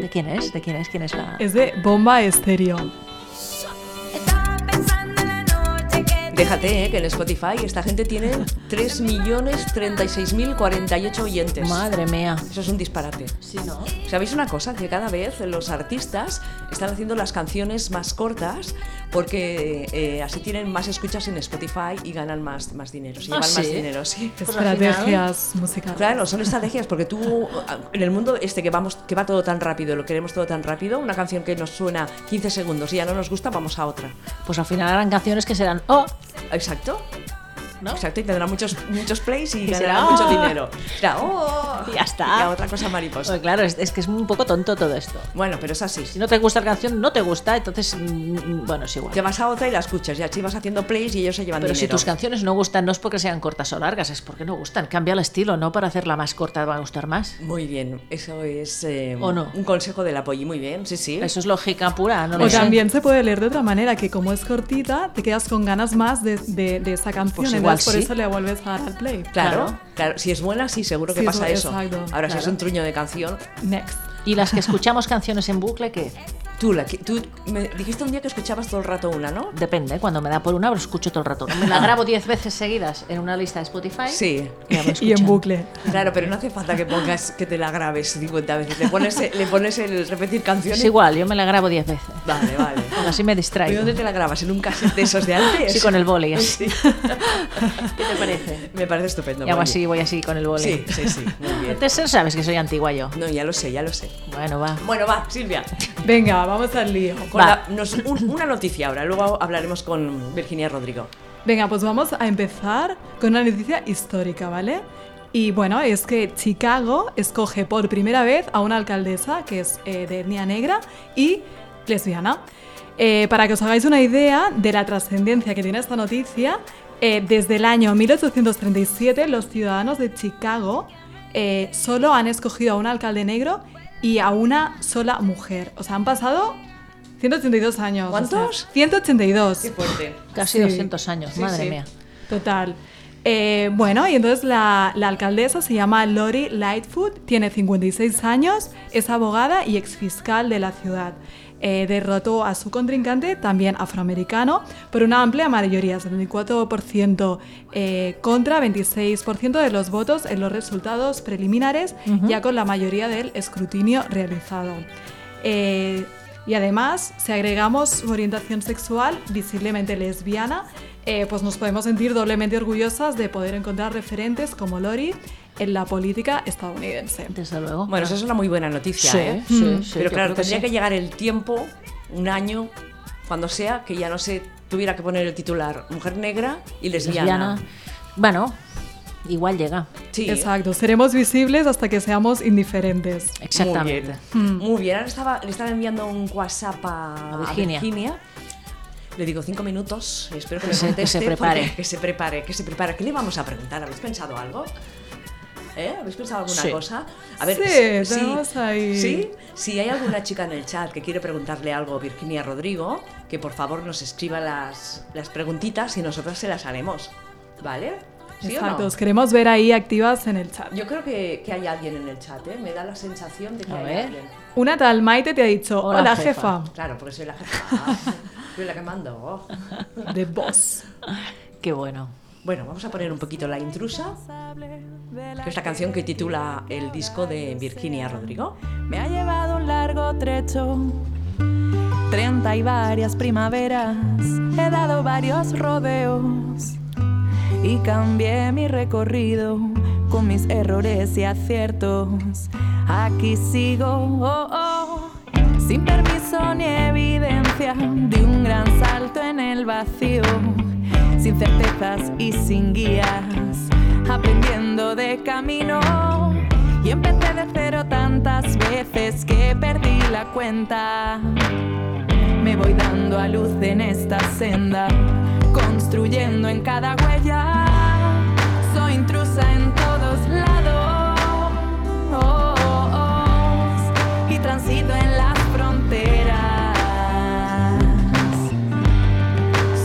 Speaker 2: ¿De quién es? ¿De quién es? ¿Quién es la...?
Speaker 3: Es de bomba estéreo.
Speaker 1: Pues Déjate, eh, que en Spotify esta gente tiene 3.036.048 oyentes.
Speaker 2: Madre mía.
Speaker 1: Eso es un disparate.
Speaker 2: Sí, ¿no?
Speaker 1: ¿Sabéis una cosa? Que cada vez los artistas están haciendo las canciones más cortas porque eh, así tienen más escuchas en Spotify y ganan más, más dinero. Se
Speaker 2: ¿Ah,
Speaker 1: llevan más
Speaker 2: sí?
Speaker 1: dinero, sí.
Speaker 2: Pues al
Speaker 3: Estrategias musicales.
Speaker 1: Claro, son estrategias, porque tú, en el mundo este que vamos, que va todo tan rápido, lo queremos todo tan rápido, una canción que nos suena 15 segundos y ya no nos gusta, vamos a otra.
Speaker 2: Pues al final harán canciones que serán... ¡Oh!
Speaker 1: Exacto,
Speaker 2: ¿No?
Speaker 1: exacto, y tendrá muchos, muchos plays y
Speaker 2: Y será,
Speaker 1: ganará mucho
Speaker 2: "Ah".
Speaker 1: dinero. Será, "Oh".
Speaker 2: Y ya está.
Speaker 1: Y la otra cosa mariposa.
Speaker 2: Pues claro, es, es que es un poco tonto todo esto.
Speaker 1: Bueno, pero es así.
Speaker 2: Si no te gusta la canción, no te gusta, entonces... mm, mm, Bueno, es igual.
Speaker 1: Te vas a otra y la escuchas, y así vas haciendo plays y ellos se llevan
Speaker 2: Pero si
Speaker 1: dinero.
Speaker 2: tus canciones no gustan, no es porque sean cortas o largas, es porque no gustan. Cambia el estilo, ¿no? Para hacerla más corta va a gustar más.
Speaker 1: Muy bien, eso es eh,
Speaker 2: ¿O no?
Speaker 1: un consejo del apoyo, muy bien, sí, sí.
Speaker 2: Eso es lógica pura, no lo
Speaker 3: O
Speaker 2: sé.
Speaker 3: también se puede leer de otra manera, que como es cortita, te quedas con ganas más de, de- de esa canción.
Speaker 2: Pues igual
Speaker 3: entonces por
Speaker 2: sí.
Speaker 3: eso le vuelves a dar al play.
Speaker 1: Claro,
Speaker 2: Claro.
Speaker 1: claro, Si es buena, sí, seguro que
Speaker 3: Sí,
Speaker 1: pasa
Speaker 3: es-
Speaker 1: eso.
Speaker 3: exacto,
Speaker 1: Ahora, si es un truño de canción,
Speaker 3: Next.
Speaker 2: Y las que escuchamos canciones en bucle, que
Speaker 1: Tú, la que- tú me dijiste un día que escuchabas todo el rato una, ¿no?
Speaker 2: depende, cuando me da por una, lo escucho todo el rato. Me la grabo 10 veces seguidas en una lista de Spotify.
Speaker 1: Sí.
Speaker 2: Y, la voy
Speaker 3: Y en
Speaker 2: escuchando.
Speaker 3: bucle.
Speaker 1: Claro, pero no hace falta que pongas que te la grabes 50 veces. Le pones, le pones el repetir canciones.
Speaker 2: Es igual, yo me la grabo 10 veces.
Speaker 1: Vale, vale.
Speaker 2: Así me
Speaker 1: ¿Y
Speaker 2: distraigo.
Speaker 1: dónde te la grabas? ¿En un cassette de esos de antes?
Speaker 2: Sí, con el boli, así.
Speaker 1: Sí.
Speaker 2: ¿Qué te parece?
Speaker 1: Me parece estupendo.
Speaker 2: Y hago
Speaker 1: muy
Speaker 2: así, voy así con el boli.
Speaker 1: bien. Sí, sí, sí. Muy bien.
Speaker 2: Antes sabes que soy antigua yo.
Speaker 1: No, ya lo sé, ya lo sé.
Speaker 2: Bueno, va.
Speaker 1: Bueno, va, Silvia.
Speaker 3: Venga, vamos al lío.
Speaker 1: Con
Speaker 2: Va.
Speaker 1: la- nos- un- una noticia ahora, luego hablaremos con Virginia Rodrigo.
Speaker 3: Venga, pues vamos a empezar con una noticia histórica, ¿vale? Y bueno, es que Chicago escoge por primera vez a una alcaldesa que es eh, de etnia negra y lesbiana. Eh, para que os hagáis una idea de la trascendencia que tiene esta noticia, eh, desde el año 1837 los ciudadanos de Chicago eh, solo han escogido a un alcalde negro y a una sola mujer. O sea, han pasado 182 años. o sea,
Speaker 1: ¿Cuántos?
Speaker 3: 182.
Speaker 1: Qué fuerte.
Speaker 2: Casi
Speaker 3: Sí.
Speaker 2: 200 años,
Speaker 1: Sí,
Speaker 2: madre
Speaker 1: sí.
Speaker 2: mía.
Speaker 3: Total. Eh, bueno, y entonces la, la alcaldesa se llama Lori Lightfoot, tiene 56 años, es abogada y exfiscal de la ciudad. Eh, derrotó a su contrincante, también afroamericano, por una amplia mayoría, 74% eh, contra 26% de los votos en los resultados preliminares, ya con la mayoría del escrutinio realizado. Eh, y además, si agregamos su orientación sexual visiblemente lesbiana, eh, pues nos podemos sentir doblemente orgullosas de poder encontrar referentes como Lori en la política estadounidense.
Speaker 2: Desde luego. Mm.
Speaker 1: Bueno, eso es una muy buena noticia, ¿eh?
Speaker 2: sí, sí,
Speaker 1: Pero claro,
Speaker 2: yo creo que
Speaker 1: tendría
Speaker 2: sí.
Speaker 1: que llegar el tiempo, un año, cuando sea, que ya no se tuviera que poner el titular mujer negra y lesbiana.
Speaker 2: lesbiana. Bueno, igual llega.
Speaker 1: Sí,
Speaker 3: Exacto, seremos visibles hasta que seamos indiferentes.
Speaker 2: Exactamente.
Speaker 1: Muy bien. Muy bien. Ahora estaba, le estaba enviando un WhatsApp a,
Speaker 2: A Virginia.
Speaker 1: a Virginia. Le digo cinco minutos, espero que me
Speaker 2: Que se-
Speaker 1: conteste.
Speaker 2: que se
Speaker 1: porque-
Speaker 2: prepare.
Speaker 1: Que se prepare, que se prepare. ¿Qué le vamos a preguntar? ¿Habéis pensado algo? ¿Eh? ¿Habéis pensado alguna
Speaker 2: Sí.
Speaker 1: cosa? A ver,
Speaker 3: Sí,
Speaker 1: si-
Speaker 3: tenemos
Speaker 1: si-
Speaker 3: ahí.
Speaker 1: ¿sí? Si hay alguna chica en el chat que quiere preguntarle algo a Virginia Rodrigo, que por favor nos escriba las, las preguntitas y nosotros se las haremos. ¿Vale? ¿Sí
Speaker 3: Exacto,
Speaker 1: o no?
Speaker 3: os queremos ver ahí activas en el chat.
Speaker 1: Yo creo que, que hay alguien en el chat, ¿eh? Me da la sensación de que
Speaker 2: A
Speaker 1: hay
Speaker 2: ver.
Speaker 1: alguien.
Speaker 3: Una tal Maite te ha dicho,
Speaker 2: Hola,
Speaker 3: hola,
Speaker 2: jefa".
Speaker 3: jefa.
Speaker 1: Claro, porque soy la jefa. soy la que mando.
Speaker 3: de voz.
Speaker 2: Qué bueno.
Speaker 1: Bueno, vamos a poner un poquito La Intrusa, que es la canción que titula el disco de Virginia Rodrigo.
Speaker 5: Me ha llevado un largo trecho, treinta y varias primaveras, he dado varios rodeos y cambié mi recorrido con mis errores y aciertos. Aquí sigo, oh, oh, sin permiso ni evidencia de un gran salto en el vacío, sin certezas y sin guías, aprendiendo de camino. Y empecé de cero tantas veces que perdí la cuenta. Me voy dando a luz en esta senda, construyendo en cada huella. Soy intrusa en todos lados y transito en las fronteras.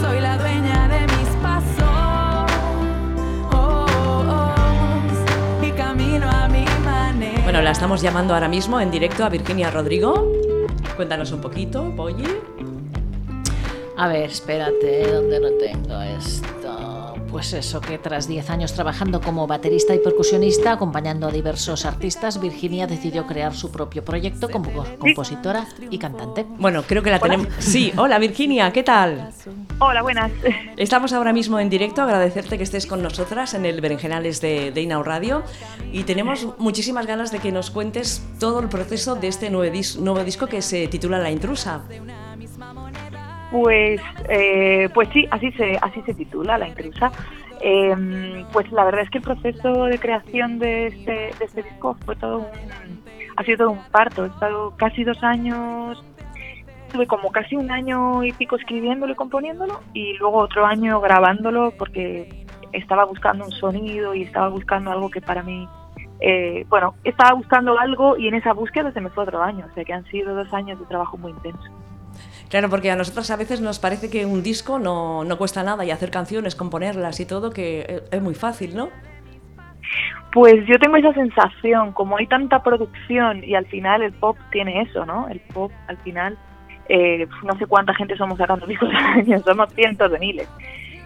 Speaker 5: Soy la dueña de mis pasos y camino a mi manera.
Speaker 1: Bueno, la estamos llamando ahora mismo en directo a Virginia Rodrigo. Cuéntanos un poquito, Polly.
Speaker 2: A ver, espérate, ¿dónde lo tengo esto? Pues eso, que tras 10 años trabajando como baterista y percusionista, acompañando a diversos artistas, Virginia decidió crear su propio proyecto como co- compositora y cantante.
Speaker 1: Bueno, creo que la tenemos. Sí, hola Virginia, ¿qué tal?
Speaker 6: Hola, buenas.
Speaker 1: Estamos ahora mismo en directo, agradecerte que estés con nosotras en el Berenjenales de, de Inau Radio y tenemos muchísimas ganas de que nos cuentes todo el proceso de este nuevo, dis- nuevo disco que se titula La Intrusa.
Speaker 6: Pues, eh, pues sí, así se, así se titula la intrusa. Eh, pues la verdad es que el proceso de creación de este, de este disco fue todo un, ha sido todo un parto. He estado casi dos años, estuve como casi un año y pico escribiéndolo y componiéndolo y luego otro año grabándolo porque estaba buscando un sonido y estaba buscando algo que para mí, eh, bueno, estaba buscando algo y en esa búsqueda se me fue otro año. O sea que han sido dos años de trabajo muy intenso.
Speaker 1: Claro, porque a nosotras a veces nos parece que un disco no, no cuesta nada y hacer canciones, componerlas y todo, que eh, es muy fácil, ¿no?
Speaker 6: Pues yo tengo esa sensación, como hay tanta producción y al final el pop tiene eso, ¿no? El pop al final, eh, no sé cuánta gente somos sacando discos al año, somos cientos de miles.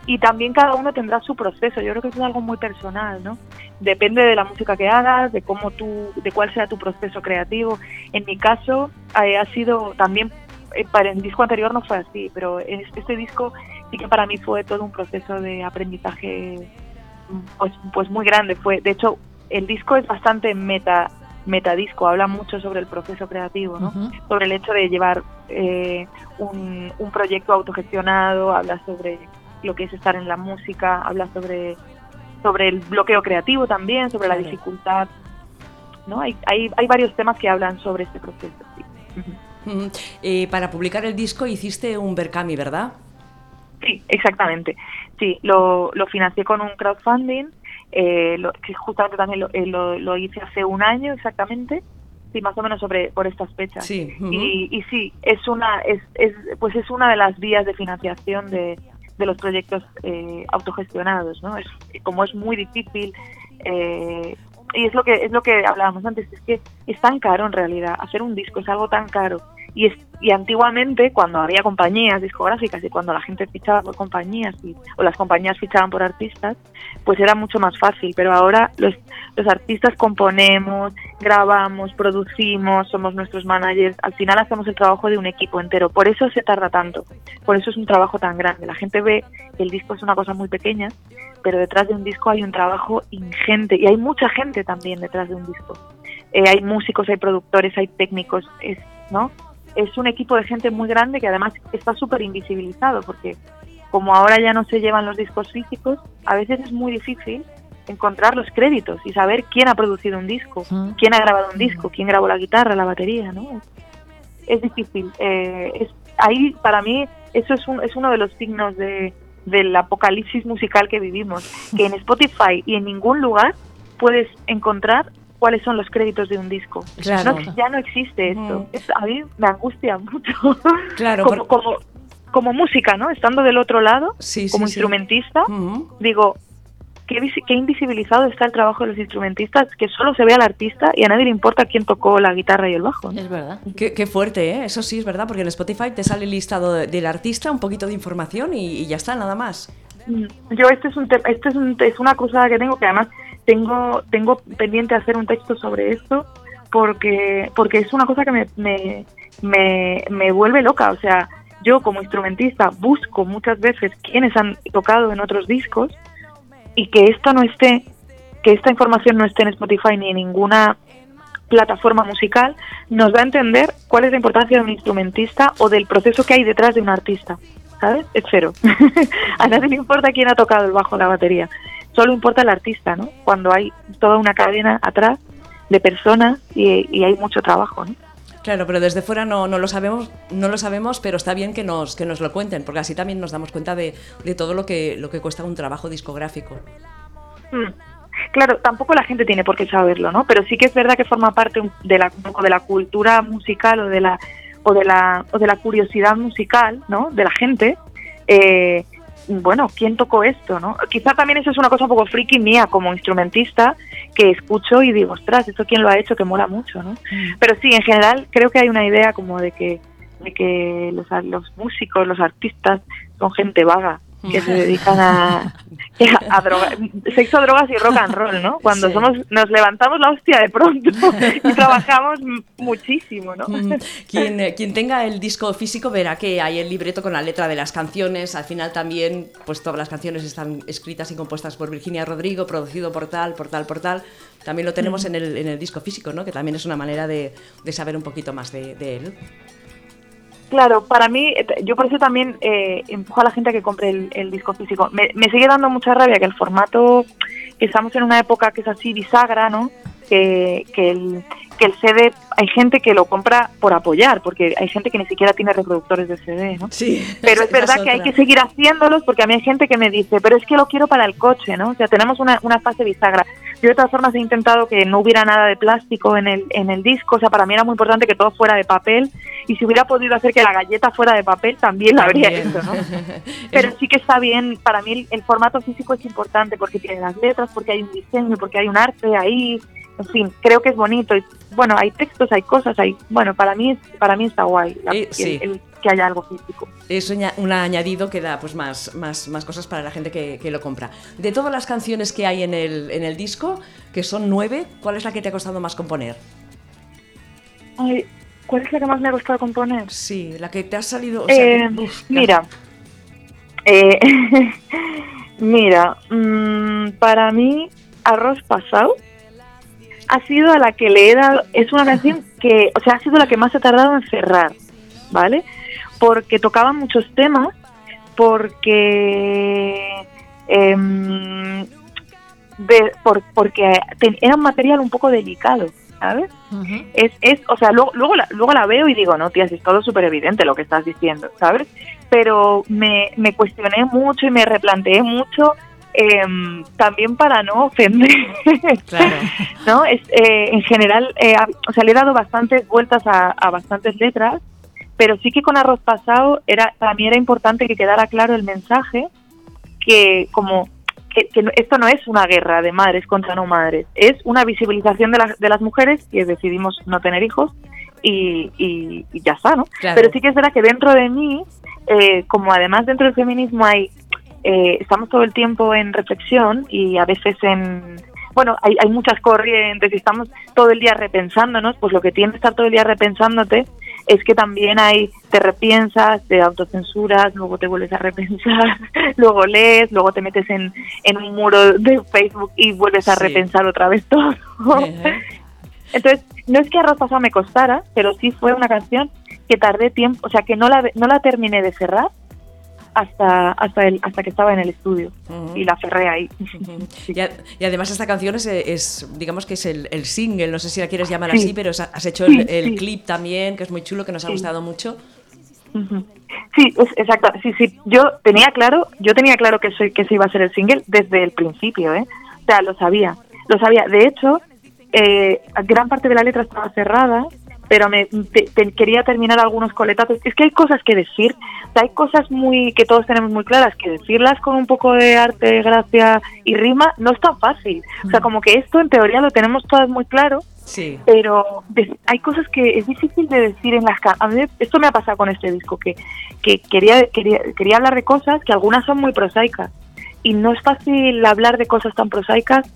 Speaker 6: Y también cada uno tendrá su proceso, yo creo que eso es algo muy personal, ¿no? Depende de la música que hagas, de cómo tú, de cuál sea tu proceso creativo. En mi caso eh, ha sido también, eh, para el disco anterior no fue así, pero es- este disco sí que para mí fue todo un proceso de aprendizaje pues, pues muy grande fue. De hecho, el disco es bastante meta metadisco, habla mucho sobre el proceso creativo, ¿no?
Speaker 2: Ujú.
Speaker 6: sobre el hecho de llevar eh, un, un proyecto autogestionado, habla sobre lo que es estar en la música, habla sobre, sobre el bloqueo creativo también, sobre la
Speaker 1: Claro.
Speaker 6: dificultad. ¿no? Hay, hay, hay varios temas que hablan sobre este proceso. sí. Ujú.
Speaker 1: Mm, eh, para publicar el disco hiciste un Berkami, ¿verdad?
Speaker 6: Sí, exactamente. Sí, lo, lo financié con un crowdfunding, eh, lo- que justamente también lo, eh, lo- lo hice hace un año exactamente, sí, más o menos sobre por estas fechas.
Speaker 1: Sí. ujú.
Speaker 6: y, y sí, es una, es, es, pues es una de las vías de financiación de, de los proyectos eh, autogestionados, ¿no? Es, como es muy difícil eh, y es lo que es lo que hablábamos antes, es que es tan caro en realidad hacer un disco es algo tan caro y es, y antiguamente cuando había compañías discográficas y cuando la gente fichaba por compañías y- o las compañías fichaban por artistas, pues era mucho más fácil, pero ahora los los artistas componemos, grabamos, producimos, somos nuestros managers, al final hacemos el trabajo de un equipo entero, por eso se tarda tanto, por eso es un trabajo tan grande. La gente ve que el disco es una cosa muy pequeña, pero detrás de un disco hay un trabajo ingente y hay mucha gente también detrás de un disco. Eh, hay músicos, hay productores, hay técnicos, es, ¿no? Es un equipo de gente muy grande que además está súper invisibilizado porque como ahora ya no se llevan los discos físicos, a veces es muy difícil encontrar los créditos y saber quién ha producido un disco,
Speaker 2: Ujú.
Speaker 6: quién ha grabado un disco, quién grabó la guitarra, la batería, ¿no? Es difícil. eh, es, ahí, para mí, eso es, un- es uno de los signos de, del apocalipsis musical que vivimos, que en Spotify y en ningún lugar puedes encontrar cuáles son los créditos de un disco.
Speaker 1: Claro.
Speaker 6: No, ya no existe esto.
Speaker 1: Mm.
Speaker 6: Es- a mí me angustia mucho.
Speaker 1: Claro,
Speaker 6: como,
Speaker 1: por-
Speaker 6: como, como música, ¿no? Estando del otro lado,
Speaker 1: sí, sí,
Speaker 6: como
Speaker 1: sí.
Speaker 6: instrumentista,
Speaker 1: Ujú.
Speaker 6: digo, qué, visi- qué invisibilizado está el trabajo de los instrumentistas, que solo se ve al artista y a nadie le importa quién tocó la guitarra y el bajo. ¿no?
Speaker 2: Es verdad.
Speaker 1: Qué, qué fuerte, ¿eh? Eso sí, es verdad, porque en Spotify te sale el listado de- del artista, un poquito de información y, y ya está, nada más.
Speaker 6: Yo este es un tema, este es, un- es una cruzada que tengo que además tengo tengo pendiente hacer un texto sobre esto porque porque es una cosa que me me, me, me vuelve loca, o sea, yo como instrumentista busco muchas veces quienes han tocado en otros discos y que esto no esté que esta información no esté en Spotify ni en ninguna plataforma musical nos da a entender cuál es la importancia de un instrumentista o del proceso que hay detrás de un artista. ¿Sabes? Es cero. a nadie le importa quién ha tocado el bajo o la batería. Solo importa el artista, ¿no? Cuando hay toda una cadena atrás de personas y, y hay mucho trabajo, ¿no?
Speaker 1: Claro, pero desde fuera no, no lo sabemos, no lo sabemos, pero está bien que nos, que nos lo cuenten, porque así también nos damos cuenta de, de todo lo que, lo que cuesta un trabajo discográfico.
Speaker 6: Mm. Claro, tampoco la gente tiene por qué saberlo, ¿no? Pero sí que es verdad que forma parte un- de la, un poco de la cultura musical o de la o de la o de la curiosidad musical, ¿no? De la gente. Eh, bueno, ¿quién tocó esto, no? Quizá también eso es una cosa un poco friki mía como instrumentista que escucho y digo, ostras, esto quién lo ha hecho, que mola mucho, ¿no? Pero sí, en general creo que hay una idea como de que de que los, a- los músicos, los artistas son gente vaga que se dedican a, a droga- sexo, drogas y rock and roll, ¿no? Cuando
Speaker 1: Sí.
Speaker 6: somos nos levantamos la hostia de pronto y trabajamos m- muchísimo, ¿no?
Speaker 1: Mm, Quien, eh, quien tenga el disco físico verá que hay el libreto con la letra de las canciones. Al final también, pues todas las canciones están escritas y compuestas por Virginia Rodrigo, producido por tal, por tal, por tal. También lo tenemos en el, en el disco físico, ¿no? Que también es una manera de, de saber un poquito más de, de él.
Speaker 6: Claro, para mí, eh, yo por eso también eh, empujo a la gente a que compre el, el disco físico. Me, me sigue dando mucha rabia que el formato, que estamos en una época que es así bisagra, ¿no? Que, que el, que el CD, hay gente que lo compra por apoyar, porque hay gente que ni siquiera tiene reproductores de CD, ¿no?
Speaker 1: Sí.
Speaker 6: Pero es verdad que hay que seguir haciéndolos porque a mí hay gente que me dice, pero es que lo quiero para el coche, ¿no? O sea, tenemos una, una fase bisagra. Yo de todas formas he intentado que no hubiera nada de plástico en el, en el disco, o sea, para mí era muy importante que todo fuera de papel y si hubiera podido hacer que la galleta fuera de papel, también la habría
Speaker 1: También.
Speaker 6: hecho, ¿no? Pero sí que está bien, para mí el, el formato físico es importante porque tiene las letras, porque hay un diseño, porque hay un arte ahí, en fin, creo que es bonito. Y, bueno, hay textos, hay cosas, hay, bueno, para mí, es- para mí está guay la-
Speaker 1: Eh, sí.
Speaker 6: el- el que haya algo físico.
Speaker 1: es un, un añadido que da pues más, más, más cosas para la gente que, que lo compra. De todas las canciones que hay en el, en el disco, que son nueve, ¿cuál es la que te ha costado más componer?
Speaker 6: Ay, ¿Cuál es la que más me ha costado componer?
Speaker 1: Sí, la que te ha salido. o sea, que-
Speaker 6: Eh,
Speaker 1: uf, que-
Speaker 6: mira, eh, mira, mm, para mí Arroz Pasado ha sido a la que le he dado, es una canción que, o sea, ha sido la que más he tardado en cerrar, ¿vale? Porque tocaba muchos temas, porque... em, de- por- porque te- era un material un poco delicado, ¿sabes?
Speaker 2: Ujú.
Speaker 6: es, es o sea, luego, luego, la, luego la veo y digo, no, tía, si es todo súper evidente lo que estás diciendo, ¿sabes? Pero me, me cuestioné mucho y me replanteé mucho em, también para no ofender,
Speaker 1: Claro.
Speaker 6: ¿no? Es, eh, en general, eh, a- o sea, le he dado bastantes vueltas a, a bastantes letras, pero sí que con Arroz Pasado era, para mí era importante que quedara claro el mensaje que como que, que no- esto no es una guerra de madres contra no madres, es una visibilización de, las de las mujeres que decidimos no tener hijos y, y- y ya está, ¿no?
Speaker 1: Claro.
Speaker 6: Pero sí que es verdad que dentro de mí, eh, como además dentro del feminismo hay, eh, estamos todo el tiempo en reflexión y a veces en... Bueno, hay, hay muchas corrientes y estamos todo el día repensándonos, pues lo que tiene estar todo el día repensándote es que también hay, te repiensas, te autocensuras, luego te vuelves a repensar, luego lees, luego te metes en, en un muro de Facebook y vuelves a
Speaker 1: Sí.
Speaker 6: repensar otra vez todo.
Speaker 1: Ejé.
Speaker 6: Entonces, no es que Arroz Pasado me costara, pero sí fue una canción que tardé tiempo, o sea, que no la, no la terminé de cerrar hasta hasta el, hasta que estaba en el estudio
Speaker 1: Ujú.
Speaker 6: y la cerré ahí.
Speaker 1: Y, a- y además esta canción es, es, digamos que es el, el single, no sé si la quieres llamar
Speaker 6: Sí.
Speaker 1: así, pero es- has hecho el,
Speaker 6: Sí,
Speaker 1: el
Speaker 6: sí.
Speaker 1: clip también, que es muy chulo, que nos ha
Speaker 6: Sí.
Speaker 1: gustado mucho.
Speaker 6: Ujú. Sí, es- exacto. Sí, sí. Yo tenía claro, yo tenía claro que soy, que ese iba a ser el single desde el principio, ¿eh? O sea, lo sabía, lo sabía. De hecho, eh, gran parte de la letra estaba cerrada, pero me te- te- quería terminar algunos coletazos. Es que hay cosas que decir, o sea, hay cosas muy que todos tenemos muy claras que decirlas con un poco de arte, gracia y rima no es tan fácil. O sea, como que esto en teoría lo tenemos todas muy claro,
Speaker 1: Sí.
Speaker 6: pero de- hay cosas que es difícil de decir en las ca- a mí esto me ha pasado con este disco que que quería, quería quería hablar de cosas que algunas son muy prosaicas y no es fácil hablar de cosas tan prosaicas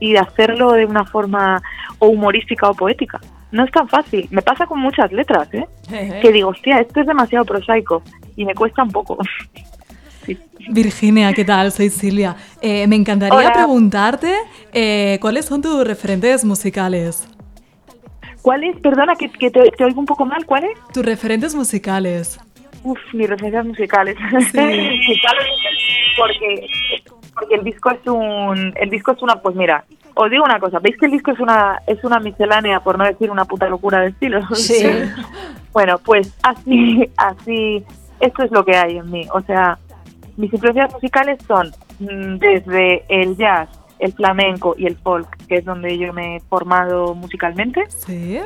Speaker 6: y hacerlo de una forma o humorística o poética. No es tan fácil. Me pasa con muchas letras, ¿eh? Que digo, hostia, esto es demasiado prosaico y me cuesta un poco.
Speaker 3: Virginia, ¿qué tal? Soy Silvia. Eh, me encantaría
Speaker 6: Hola.
Speaker 3: preguntarte eh, cuáles son tus referentes musicales.
Speaker 6: ¿Cuál es? Perdona que, que te, te oigo un poco mal. ¿Cuál es?
Speaker 3: Tus referentes musicales.
Speaker 6: Uf, mis referencias musicales.
Speaker 3: Sí.
Speaker 6: Musicales, porque, porque el disco es un, el disco es una, pues mira, os digo una cosa, veis que el disco es una, es una miscelánea, por no decir una puta locura de estilo.
Speaker 2: Sí.
Speaker 6: bueno, pues así, así, esto es lo que hay en mí. O sea, mis influencias musicales son mm, desde el jazz, el flamenco y el folk, que es donde yo me he formado musicalmente
Speaker 3: Sí.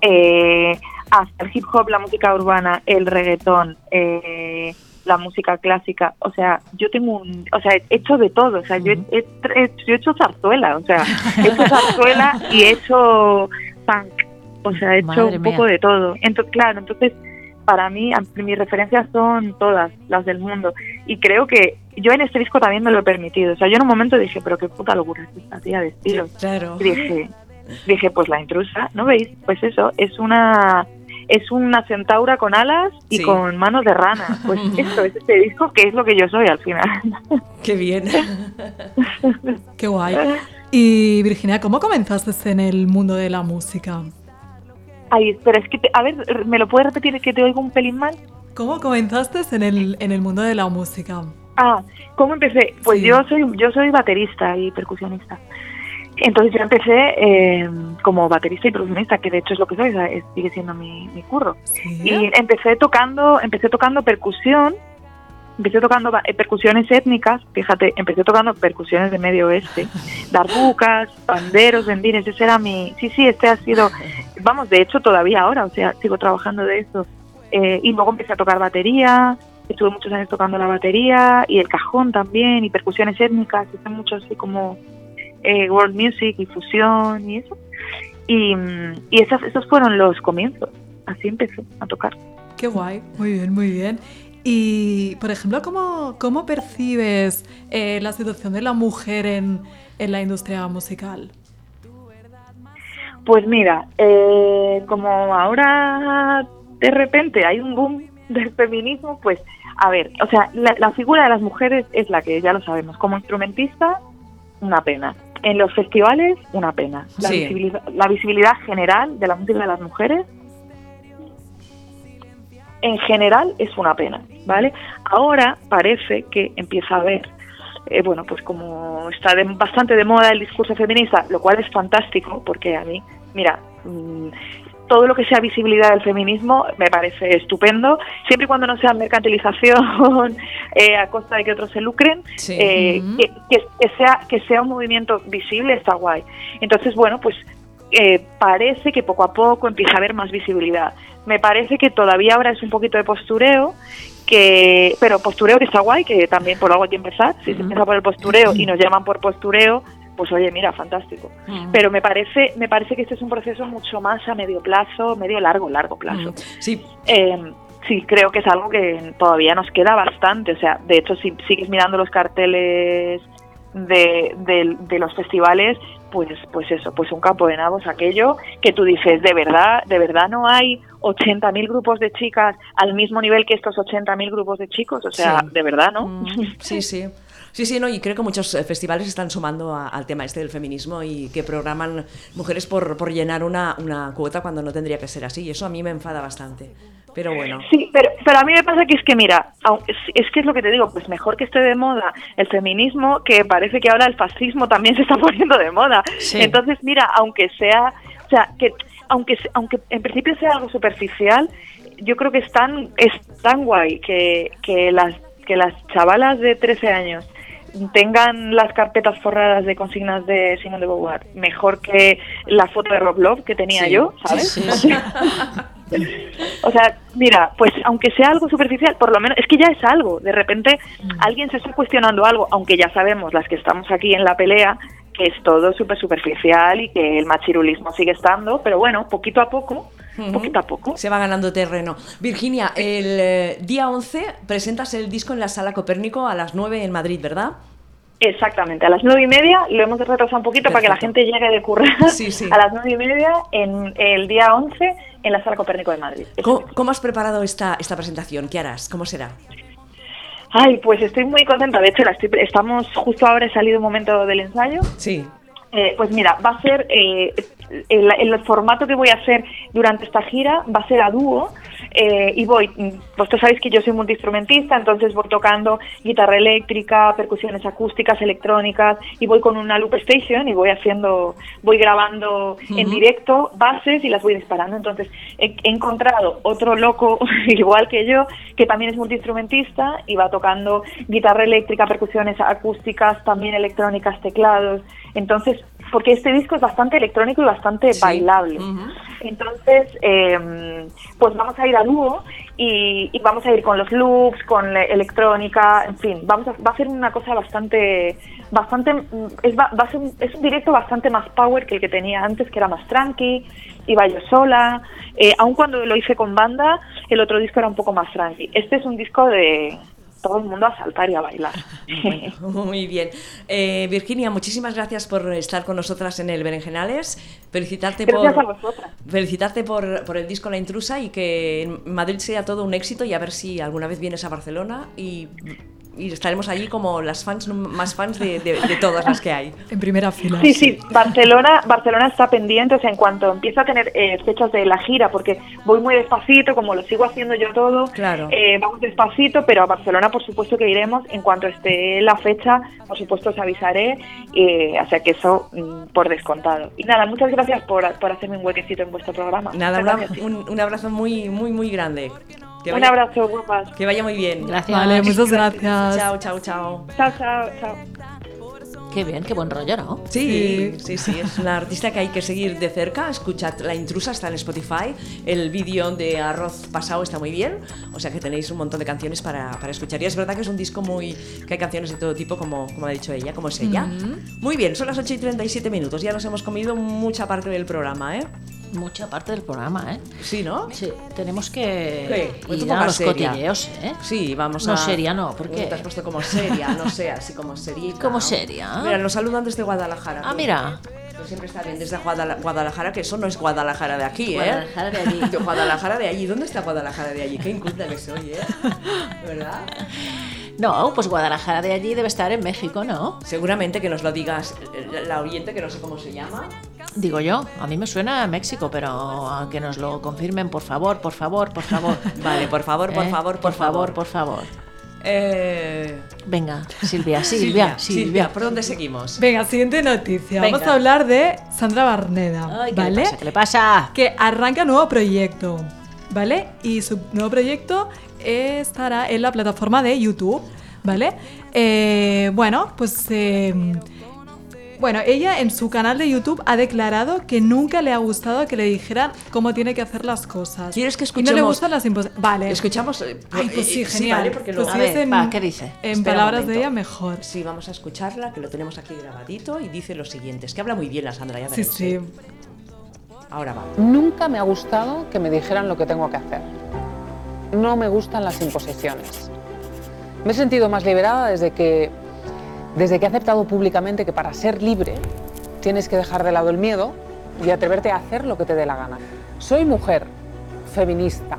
Speaker 6: eh, hasta el hip hop, la música urbana, el reggaetón, eh, la música clásica. O sea, yo tengo un. O sea, he hecho de todo. O sea, yo, he, he- he- yo he hecho zarzuela. O sea, he hecho zarzuela y he hecho punk. O sea, he hecho
Speaker 2: Madre
Speaker 6: un poco
Speaker 2: mía.
Speaker 6: de todo. Entonces, claro, entonces. Para mí, a- mis referencias son todas las del mundo. Y creo que yo en este disco también me lo he permitido. O sea, yo en un momento dije, pero qué puta locura es esta tía de estilo.
Speaker 3: Claro.
Speaker 6: Y dije, dije, pues la intrusa, ¿no veis? Pues eso, es una es una centaura con alas y
Speaker 1: Sí.
Speaker 6: con manos de rana. Pues esto es este disco que es lo que yo soy al final.
Speaker 1: Qué bien.
Speaker 3: Qué guay. Y Virginia, ¿cómo comenzaste en el mundo de la música?
Speaker 6: Ay, espera, es que te- a ver, ¿me lo puedes repetir que te oigo un pelín mal?
Speaker 3: ¿Cómo comenzaste en el, en el mundo de la música?
Speaker 6: Ah, ¿cómo empecé? Pues
Speaker 3: Sí.
Speaker 6: yo soy yo soy baterista y percusionista. Entonces yo empecé eh, como baterista y percusionista, que de hecho es lo que soy, o sea, es- sigue siendo mi, mi curro.
Speaker 3: Sí.
Speaker 6: y empecé tocando empecé tocando percusión empecé tocando ba- eh, percusiones étnicas fíjate empecé tocando percusiones de medio oeste darbucas panderos bendines ese era mi sí sí este ha sido vamos de hecho todavía ahora o sea sigo trabajando de eso Eh, y luego empecé a tocar batería estuve muchos años tocando la batería y el cajón también y percusiones étnicas hice mucho así como eh, world music y fusión y eso y, mm, y esas, esos fueron los comienzos así empecé a tocar.
Speaker 3: Qué guay. Muy bien, muy bien. Y, por ejemplo, ¿cómo, cómo percibes eh, la situación de la mujer en, en la industria musical?
Speaker 6: Pues mira, eh, como ahora de repente hay un boom del feminismo, pues a ver, o sea, la, la figura de las mujeres es la que ya lo sabemos. Como instrumentista, una pena. En los festivales, una pena. La,
Speaker 1: Sí.
Speaker 6: visibilidad, la visibilidad general de la música de las mujeres, en general, es una pena, ¿vale? Ahora parece que empieza a haber eh, bueno, pues como está de- bastante de moda el discurso feminista, lo cual es fantástico, porque a mí, mira, mm, todo lo que sea visibilidad del feminismo me parece estupendo, siempre y cuando no sea mercantilización eh, a costa de que otros se lucren,
Speaker 1: Sí.
Speaker 6: eh, que, que- que sea, que sea un movimiento visible está guay. Entonces, bueno, pues eh, parece que poco a poco empieza a haber más visibilidad. Me parece que todavía ahora es un poquito de postureo, que pero postureo que está guay, que también por algo hay que empezar. Si se empieza por el postureo y nos llaman por postureo, pues oye, mira, fantástico. Pero me parece, me parece que este es un proceso mucho más a medio plazo, medio largo, largo plazo.
Speaker 1: Sí,
Speaker 6: Eh, sí, creo que es algo que todavía nos queda bastante. O sea, de hecho, si sigues mirando los carteles de, de- de los festivales, pues, pues eso, pues un campo de nabos aquello que tú dices, de verdad, de verdad no hay 80.000 grupos de chicas al mismo nivel que estos 80.000 grupos de chicos. O sea,
Speaker 1: Sí.
Speaker 6: de verdad, ¿no?
Speaker 1: Mm, Sí, sí. Sí, sí, no, y creo que muchos eh, festivales están sumando a- al tema este del feminismo y que programan mujeres por, por llenar una, una cuota cuando no tendría que ser así. Y eso a mí me enfada bastante. Pero bueno.
Speaker 6: Sí, pero, pero a mí me pasa que es que, mira, au- es, es que es lo que te digo, pues mejor que esté de moda el feminismo, que parece que ahora el fascismo también se está poniendo de moda.
Speaker 2: Sí.
Speaker 6: Entonces, mira, aunque sea, o sea, que aunque, se- aunque en principio sea algo superficial, yo creo que es tan, es tan guay que, que, las, que las chavalas de 13 años tengan las carpetas forradas de consignas de Simone de Beauvoir, mejor que la foto de Rob que tenía
Speaker 1: Sí.
Speaker 6: yo, ¿sabes?
Speaker 2: Sí, sí.
Speaker 6: O sea, mira, pues aunque sea algo superficial, por lo menos es que ya es algo. De repente
Speaker 1: Mm.
Speaker 6: alguien se está cuestionando algo, aunque ya sabemos las que estamos aquí en la pelea que es todo súper superficial y que el machirulismo sigue estando, pero bueno, poquito a poco
Speaker 1: Ujú.
Speaker 6: poquito a poco.
Speaker 1: Se va ganando terreno. Virginia, el eh, día 11 presentas el disco en la Sala Copérnico a las 9 en Madrid, ¿verdad?
Speaker 6: Exactamente, a las nueve y media lo hemos retrasado un poquito para que la
Speaker 1: Perfecto.
Speaker 6: gente llegue de currar
Speaker 1: Sí, sí.
Speaker 6: a las nueve y media en el día 11 en la Sala Copérnico de Madrid.
Speaker 1: ¿Cómo, cómo has preparado esta, esta presentación? ¿Qué harás? ¿Cómo será?
Speaker 6: Ay, pues estoy muy contenta. De hecho, la estoy- estamos justo ahora, he salido un momento del ensayo.
Speaker 1: Sí.
Speaker 6: Eh, pues mira, va a ser eh, el, el formato que voy a hacer durante esta gira va a ser a dúo eh, y voy. mm, Vosotros sabéis que yo soy multiinstrumentista, entonces voy tocando guitarra eléctrica, percusiones acústicas, electrónicas y voy con una loop station y voy haciendo, voy grabando en directo bases y las voy disparando. Entonces he, he encontrado otro loco igual que yo que también es multiinstrumentista y va tocando guitarra eléctrica, percusiones acústicas, también electrónicas, teclados. Entonces, porque este disco es bastante electrónico y bastante
Speaker 1: Sí.
Speaker 6: bailable.
Speaker 1: Ujú.
Speaker 6: Entonces, eh, pues vamos a ir a dúo y, y vamos a ir con los loops, con la electrónica, en fin, vamos a, va a ser una cosa bastante, bastante, mm, es, va, va a ser un, es un directo bastante más power que el que tenía antes, que era más tranqui, iba yo sola, eh, aun cuando lo hice con banda, el otro disco era un poco más tranqui. Este es un disco de todo el mundo a saltar y a bailar.
Speaker 1: Muy bien. Eh, Virginia, muchísimas gracias por estar con nosotras en el Berenjenales. Felicitarte
Speaker 6: Gracias
Speaker 1: por
Speaker 6: a vosotras.
Speaker 1: felicitarte por, por el disco La Intrusa y que en Madrid sea todo un éxito y a ver si alguna vez vienes a Barcelona y, y estaremos allí como las fans num- más fans de, de- de todas las que hay.
Speaker 3: En primera fila.
Speaker 6: Sí, sí, Barcelona, Barcelona está pendiente, o sea, en cuanto empiezo a tener eh, fechas de la gira, porque voy muy despacito, como lo sigo haciendo yo todo,
Speaker 1: Claro.
Speaker 6: eh, vamos despacito, pero a Barcelona por supuesto que iremos, en cuanto esté la fecha, por supuesto os avisaré, eh, o sea que eso mm, por descontado. Y nada, muchas gracias por, por hacerme un huequecito en vuestro programa.
Speaker 1: Nada,
Speaker 6: Muchas
Speaker 1: una-
Speaker 6: gracias.
Speaker 1: un, un abrazo muy, muy, muy grande. Que
Speaker 6: un
Speaker 1: vaya-
Speaker 6: abrazo, guapas.
Speaker 1: Que vaya muy bien.
Speaker 2: Gracias.
Speaker 3: Vale, muchas gracias.
Speaker 1: Chao, chao, chao.
Speaker 6: Chao, chao, chao.
Speaker 2: Qué bien, qué buen rollo, ¿no?
Speaker 1: Sí, sí, sí, es una artista que hay que seguir de cerca. Escuchad La Intrusa, está en Spotify. El vídeo de Arroz Pasado está muy bien. O sea que tenéis un montón de canciones para, para escuchar. Y es verdad que es un disco muy. que hay canciones de todo tipo, como, como ha dicho ella, como es ella. Muy bien, son las 8 y 37 minutos. Ya nos hemos comido mucha parte del programa, ¿eh?
Speaker 2: Mucha parte del programa, ¿eh?
Speaker 1: Sí, ¿no?
Speaker 2: Sí, tenemos que
Speaker 1: Sí, pues tú
Speaker 2: ir a
Speaker 1: pongas
Speaker 2: los
Speaker 1: seria.
Speaker 2: cotilleos, ¿eh?
Speaker 1: Sí, vamos
Speaker 2: No,
Speaker 1: a.
Speaker 2: seria no, ¿por qué?
Speaker 1: Te has puesto como seria, no sé, así como seria.
Speaker 2: Como seria.
Speaker 1: Mira, nos saludan desde Guadalajara.
Speaker 2: Ah, mira.
Speaker 1: Pues siempre está bien desde Guadala- Guadalajara, que eso no es Guadalajara de aquí, ¿eh?
Speaker 2: Guadalajara de allí.
Speaker 1: Yo, Guadalajara de allí. ¿Dónde está Guadalajara de allí? Qué inculta que soy, ¿eh? ¿Verdad?
Speaker 2: No, pues Guadalajara de allí debe estar en México, ¿no?
Speaker 1: Seguramente que nos lo digas eh, la- la oyente, que no sé cómo se llama.
Speaker 2: Digo yo, a mí me suena a México, pero que nos lo confirmen, por favor, por favor, por favor.
Speaker 1: Vale, por favor, por
Speaker 2: ¿Eh?
Speaker 1: favor, por,
Speaker 2: por favor, por favor.
Speaker 1: Eh,
Speaker 2: Venga, Silvia, Silvia, Silvia.
Speaker 1: ¿por dónde seguimos?
Speaker 3: Venga, siguiente noticia.
Speaker 2: Venga.
Speaker 3: Vamos a hablar de Sandra Barneda.
Speaker 2: Ay, ¿qué
Speaker 3: ¿Vale?
Speaker 2: le pasa? ¿Qué le pasa?
Speaker 3: que arranca nuevo proyecto, ¿vale? Y su nuevo proyecto eh, estará en la plataforma de YouTube, ¿vale? Eh, bueno, pues... eh, bueno, ella en su canal de YouTube ha declarado que nunca le ha gustado que le dijeran cómo tiene que hacer las cosas.
Speaker 1: ¿Quieres que
Speaker 3: Y No le
Speaker 1: escuchemos-
Speaker 3: gustan las imposiciones. Vale.
Speaker 1: Escuchamos. eh,
Speaker 3: Ay, pues sí,
Speaker 1: eh,
Speaker 3: genial.
Speaker 1: vale, porque
Speaker 3: Pues
Speaker 1: lo-
Speaker 2: A
Speaker 3: si
Speaker 2: ver,
Speaker 3: es en-
Speaker 2: va, ¿qué dice?
Speaker 3: En
Speaker 1: Espera un
Speaker 3: palabras de
Speaker 1: momento.
Speaker 3: ella, mejor.
Speaker 1: Sí, vamos a escucharla, que lo tenemos aquí grabadito y dice lo siguiente. Es que habla muy bien la Sandra, ya
Speaker 3: Sí,
Speaker 1: veréis,
Speaker 3: sí.
Speaker 1: ¿eh? Ahora va.
Speaker 7: Nunca me ha gustado que me dijeran lo que tengo que hacer. No me gustan las imposiciones. Me he sentido más liberada desde que, desde que he aceptado públicamente que para ser libre tienes que dejar de lado el miedo y atreverte a hacer lo que te dé la gana. Soy mujer, feminista,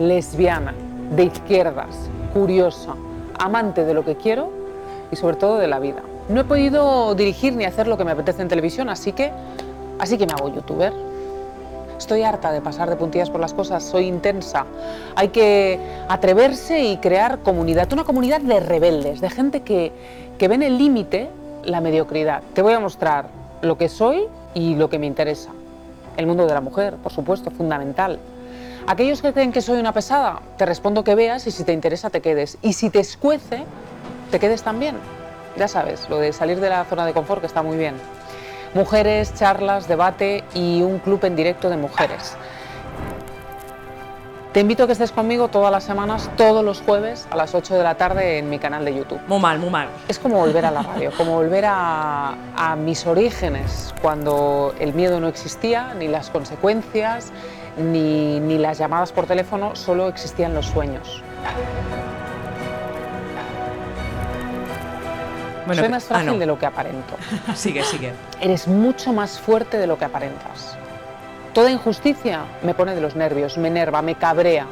Speaker 7: lesbiana, de izquierdas, curiosa, amante de lo que quiero y sobre todo de la vida. No he podido dirigir ni hacer lo que me apetece en televisión, así que, así que me hago youtuber. Estoy harta de pasar de puntillas por las cosas, soy intensa. Hay que atreverse y crear comunidad, una comunidad de rebeldes, de gente que, que ve en el límite la mediocridad. Te voy a mostrar lo que soy y lo que me interesa. El mundo de la mujer, por supuesto, fundamental. Aquellos que creen que soy una pesada, te respondo que veas y si te interesa te quedes. Y si te escuece, te quedes también. Ya sabes, lo de salir de la zona de confort que está muy bien. Mujeres, charlas, debate y un club en directo de mujeres. Te invito a que estés conmigo todas las semanas, todos los jueves a las 8 de la tarde en mi canal de YouTube.
Speaker 1: Muy mal, muy mal.
Speaker 7: Es como volver a la radio, como volver a, a mis orígenes, cuando el miedo no existía, ni las consecuencias, ni, ni las llamadas por teléfono, solo existían los sueños. Soy más
Speaker 1: ah,
Speaker 7: frágil
Speaker 1: no.
Speaker 7: de lo que aparento.
Speaker 1: Sigue, sigue.
Speaker 7: Eres mucho más fuerte de lo que aparentas. Toda injusticia me pone de los nervios, me enerva, me cabrea,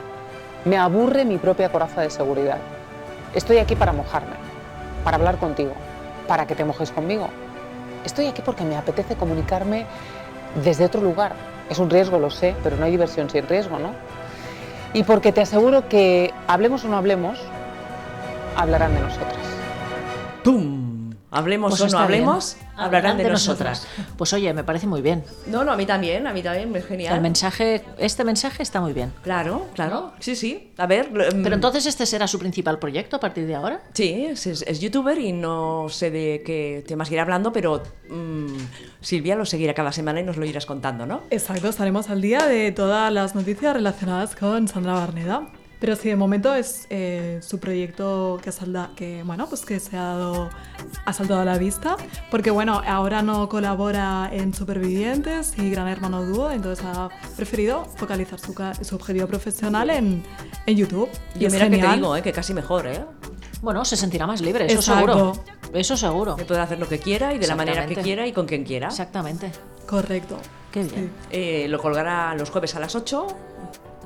Speaker 7: me aburre mi propia coraza de seguridad. Estoy aquí para mojarme, para hablar contigo, para que te mojes conmigo. Estoy aquí porque me apetece comunicarme desde otro lugar. Es un riesgo, lo sé, pero no hay diversión sin riesgo, ¿no? Y porque te aseguro que, hablemos o no hablemos, hablarán de nosotras.
Speaker 1: ¡Tum! Hablemos
Speaker 2: Pues
Speaker 1: o no
Speaker 2: está bien.
Speaker 1: hablemos, hablarán de, nosotras.
Speaker 2: Pues oye, me parece muy bien.
Speaker 1: No, no, a mí también, a mí también, es genial.
Speaker 2: El mensaje, este mensaje está muy bien.
Speaker 1: Claro, claro. Sí, sí. A ver. lo- em,
Speaker 2: Pero entonces este será su principal proyecto a partir de ahora.
Speaker 1: Sí, es, es- es youtuber y no sé de qué temas irá hablando, pero mm, Silvia lo seguirá cada semana y nos lo irás contando, ¿no?
Speaker 3: Exacto, estaremos al día de todas las noticias relacionadas con Sandra Barneda. Pero sí, de momento es eh, su proyecto que, salda- que, bueno, pues que se ha, dado, ha saltado a la vista. Porque bueno, ahora no colabora en Supervivientes y Gran Hermano Dúo, entonces ha preferido focalizar su, ca- su objetivo profesional en, en YouTube. Y
Speaker 1: Yo
Speaker 3: es
Speaker 1: mira que te
Speaker 3: genial.
Speaker 1: digo, eh, que casi mejor, ¿eh?
Speaker 2: Bueno, se sentirá más libre, eso seguro.
Speaker 3: Exacto.
Speaker 2: Eso seguro.
Speaker 1: Que puede hacer lo que quiera y de la manera que
Speaker 2: Exactamente.
Speaker 1: quiera y con quien quiera.
Speaker 2: Exactamente.
Speaker 3: Correcto.
Speaker 2: Qué bien.
Speaker 1: Eh, lo colgará los jueves a las 8.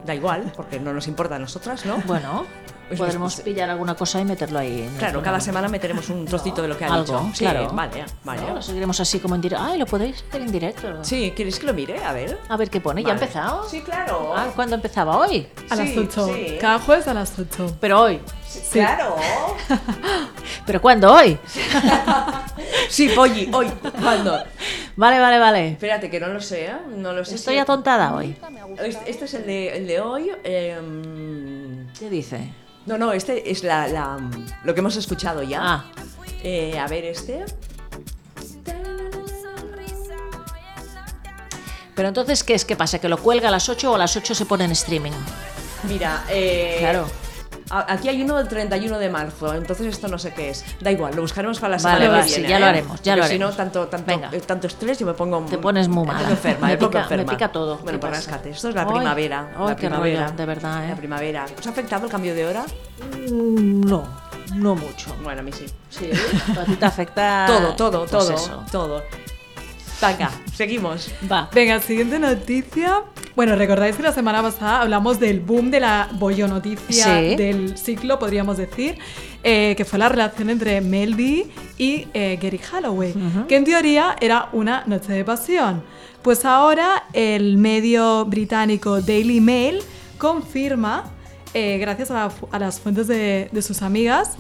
Speaker 1: Da igual, porque no nos importa a nosotras, ¿no?
Speaker 2: Bueno,
Speaker 1: Pues
Speaker 2: podremos
Speaker 1: no sé.
Speaker 2: pillar alguna cosa y meterlo ahí. en el
Speaker 1: Claro, cada
Speaker 2: programa.
Speaker 1: semana meteremos un trocito de lo que ha
Speaker 2: Algo,
Speaker 1: dicho. Sí,
Speaker 2: claro.
Speaker 1: Vale, vale.
Speaker 2: No, Lo seguiremos así como en directo. Ay, lo podéis hacer en directo.
Speaker 1: Sí, ¿queréis que lo mire? A ver.
Speaker 2: A ver qué pone. ¿Ya ha
Speaker 1: Vale.
Speaker 2: empezado?
Speaker 1: Sí, claro.
Speaker 2: Ah, ¿Cuándo empezaba? ¿Hoy?
Speaker 3: A las
Speaker 1: Sí,
Speaker 3: 8.
Speaker 1: sí.
Speaker 3: Cada jueves a las 8.
Speaker 2: Pero hoy.
Speaker 1: Claro.
Speaker 2: ¿Pero cuándo? ¿Hoy?
Speaker 1: Sí, Polly, hoy. ¿Cuándo?
Speaker 2: Vale, vale, vale.
Speaker 1: Espérate, que no lo sé, ¿eh? No lo sé.
Speaker 2: Estoy
Speaker 1: si-
Speaker 2: atontada hoy.
Speaker 1: Este este es el de, el de hoy. em,
Speaker 2: ¿Qué dice?
Speaker 1: no, no, este es la, la- lo que hemos escuchado ya.
Speaker 2: Ah.
Speaker 1: Eh, a ver, este.
Speaker 2: Pero entonces, ¿qué es que pasa? ¿Que lo cuelga a las 8 o a las 8 se pone en streaming?
Speaker 1: Mira, eh,
Speaker 2: Claro.
Speaker 1: a- Aquí hay uno del 31 de marzo, entonces esto no sé qué es. Da igual, lo buscaremos para la
Speaker 2: Vale,
Speaker 1: semana
Speaker 2: vale,
Speaker 1: que
Speaker 2: sí,
Speaker 1: viene.
Speaker 2: ya
Speaker 1: ¿eh?
Speaker 2: lo haremos, ya
Speaker 1: Porque
Speaker 2: lo
Speaker 1: si
Speaker 2: haremos.
Speaker 1: no, tanto, tanto,
Speaker 2: Venga.
Speaker 1: eh, tanto estrés, yo me pongo.
Speaker 2: Te pones muy
Speaker 1: me
Speaker 2: mala.
Speaker 1: pongo enferma,
Speaker 2: Me
Speaker 1: me pongo
Speaker 2: pica- me
Speaker 1: enferma.
Speaker 2: pica todo, me
Speaker 1: Bueno, pues
Speaker 2: pasa.
Speaker 1: rescate, esto es la
Speaker 2: Ay,
Speaker 1: primavera.
Speaker 2: ay,
Speaker 1: la
Speaker 2: qué
Speaker 1: primavera,
Speaker 2: rollo, de verdad, ¿eh?
Speaker 1: La primavera. ¿Os ha afectado el cambio de hora?
Speaker 2: No, no mucho.
Speaker 1: Bueno, a mí sí.
Speaker 2: Sí, a ti te afecta.
Speaker 1: Todo, todo,
Speaker 2: pues
Speaker 1: todo,
Speaker 2: eso.
Speaker 1: todo. Venga, seguimos.
Speaker 2: Va.
Speaker 3: Venga, siguiente noticia. Bueno, recordáis que la semana pasada hablamos del boom de la boyonoticia
Speaker 2: Sí.
Speaker 3: del ciclo, podríamos decir, eh, que fue la relación entre Mel B y eh, Gary Holloway, que en teoría era una noche de pasión. Pues ahora el medio británico Daily Mail confirma, eh, gracias a, la fu- a las fuentes de, de sus amigas,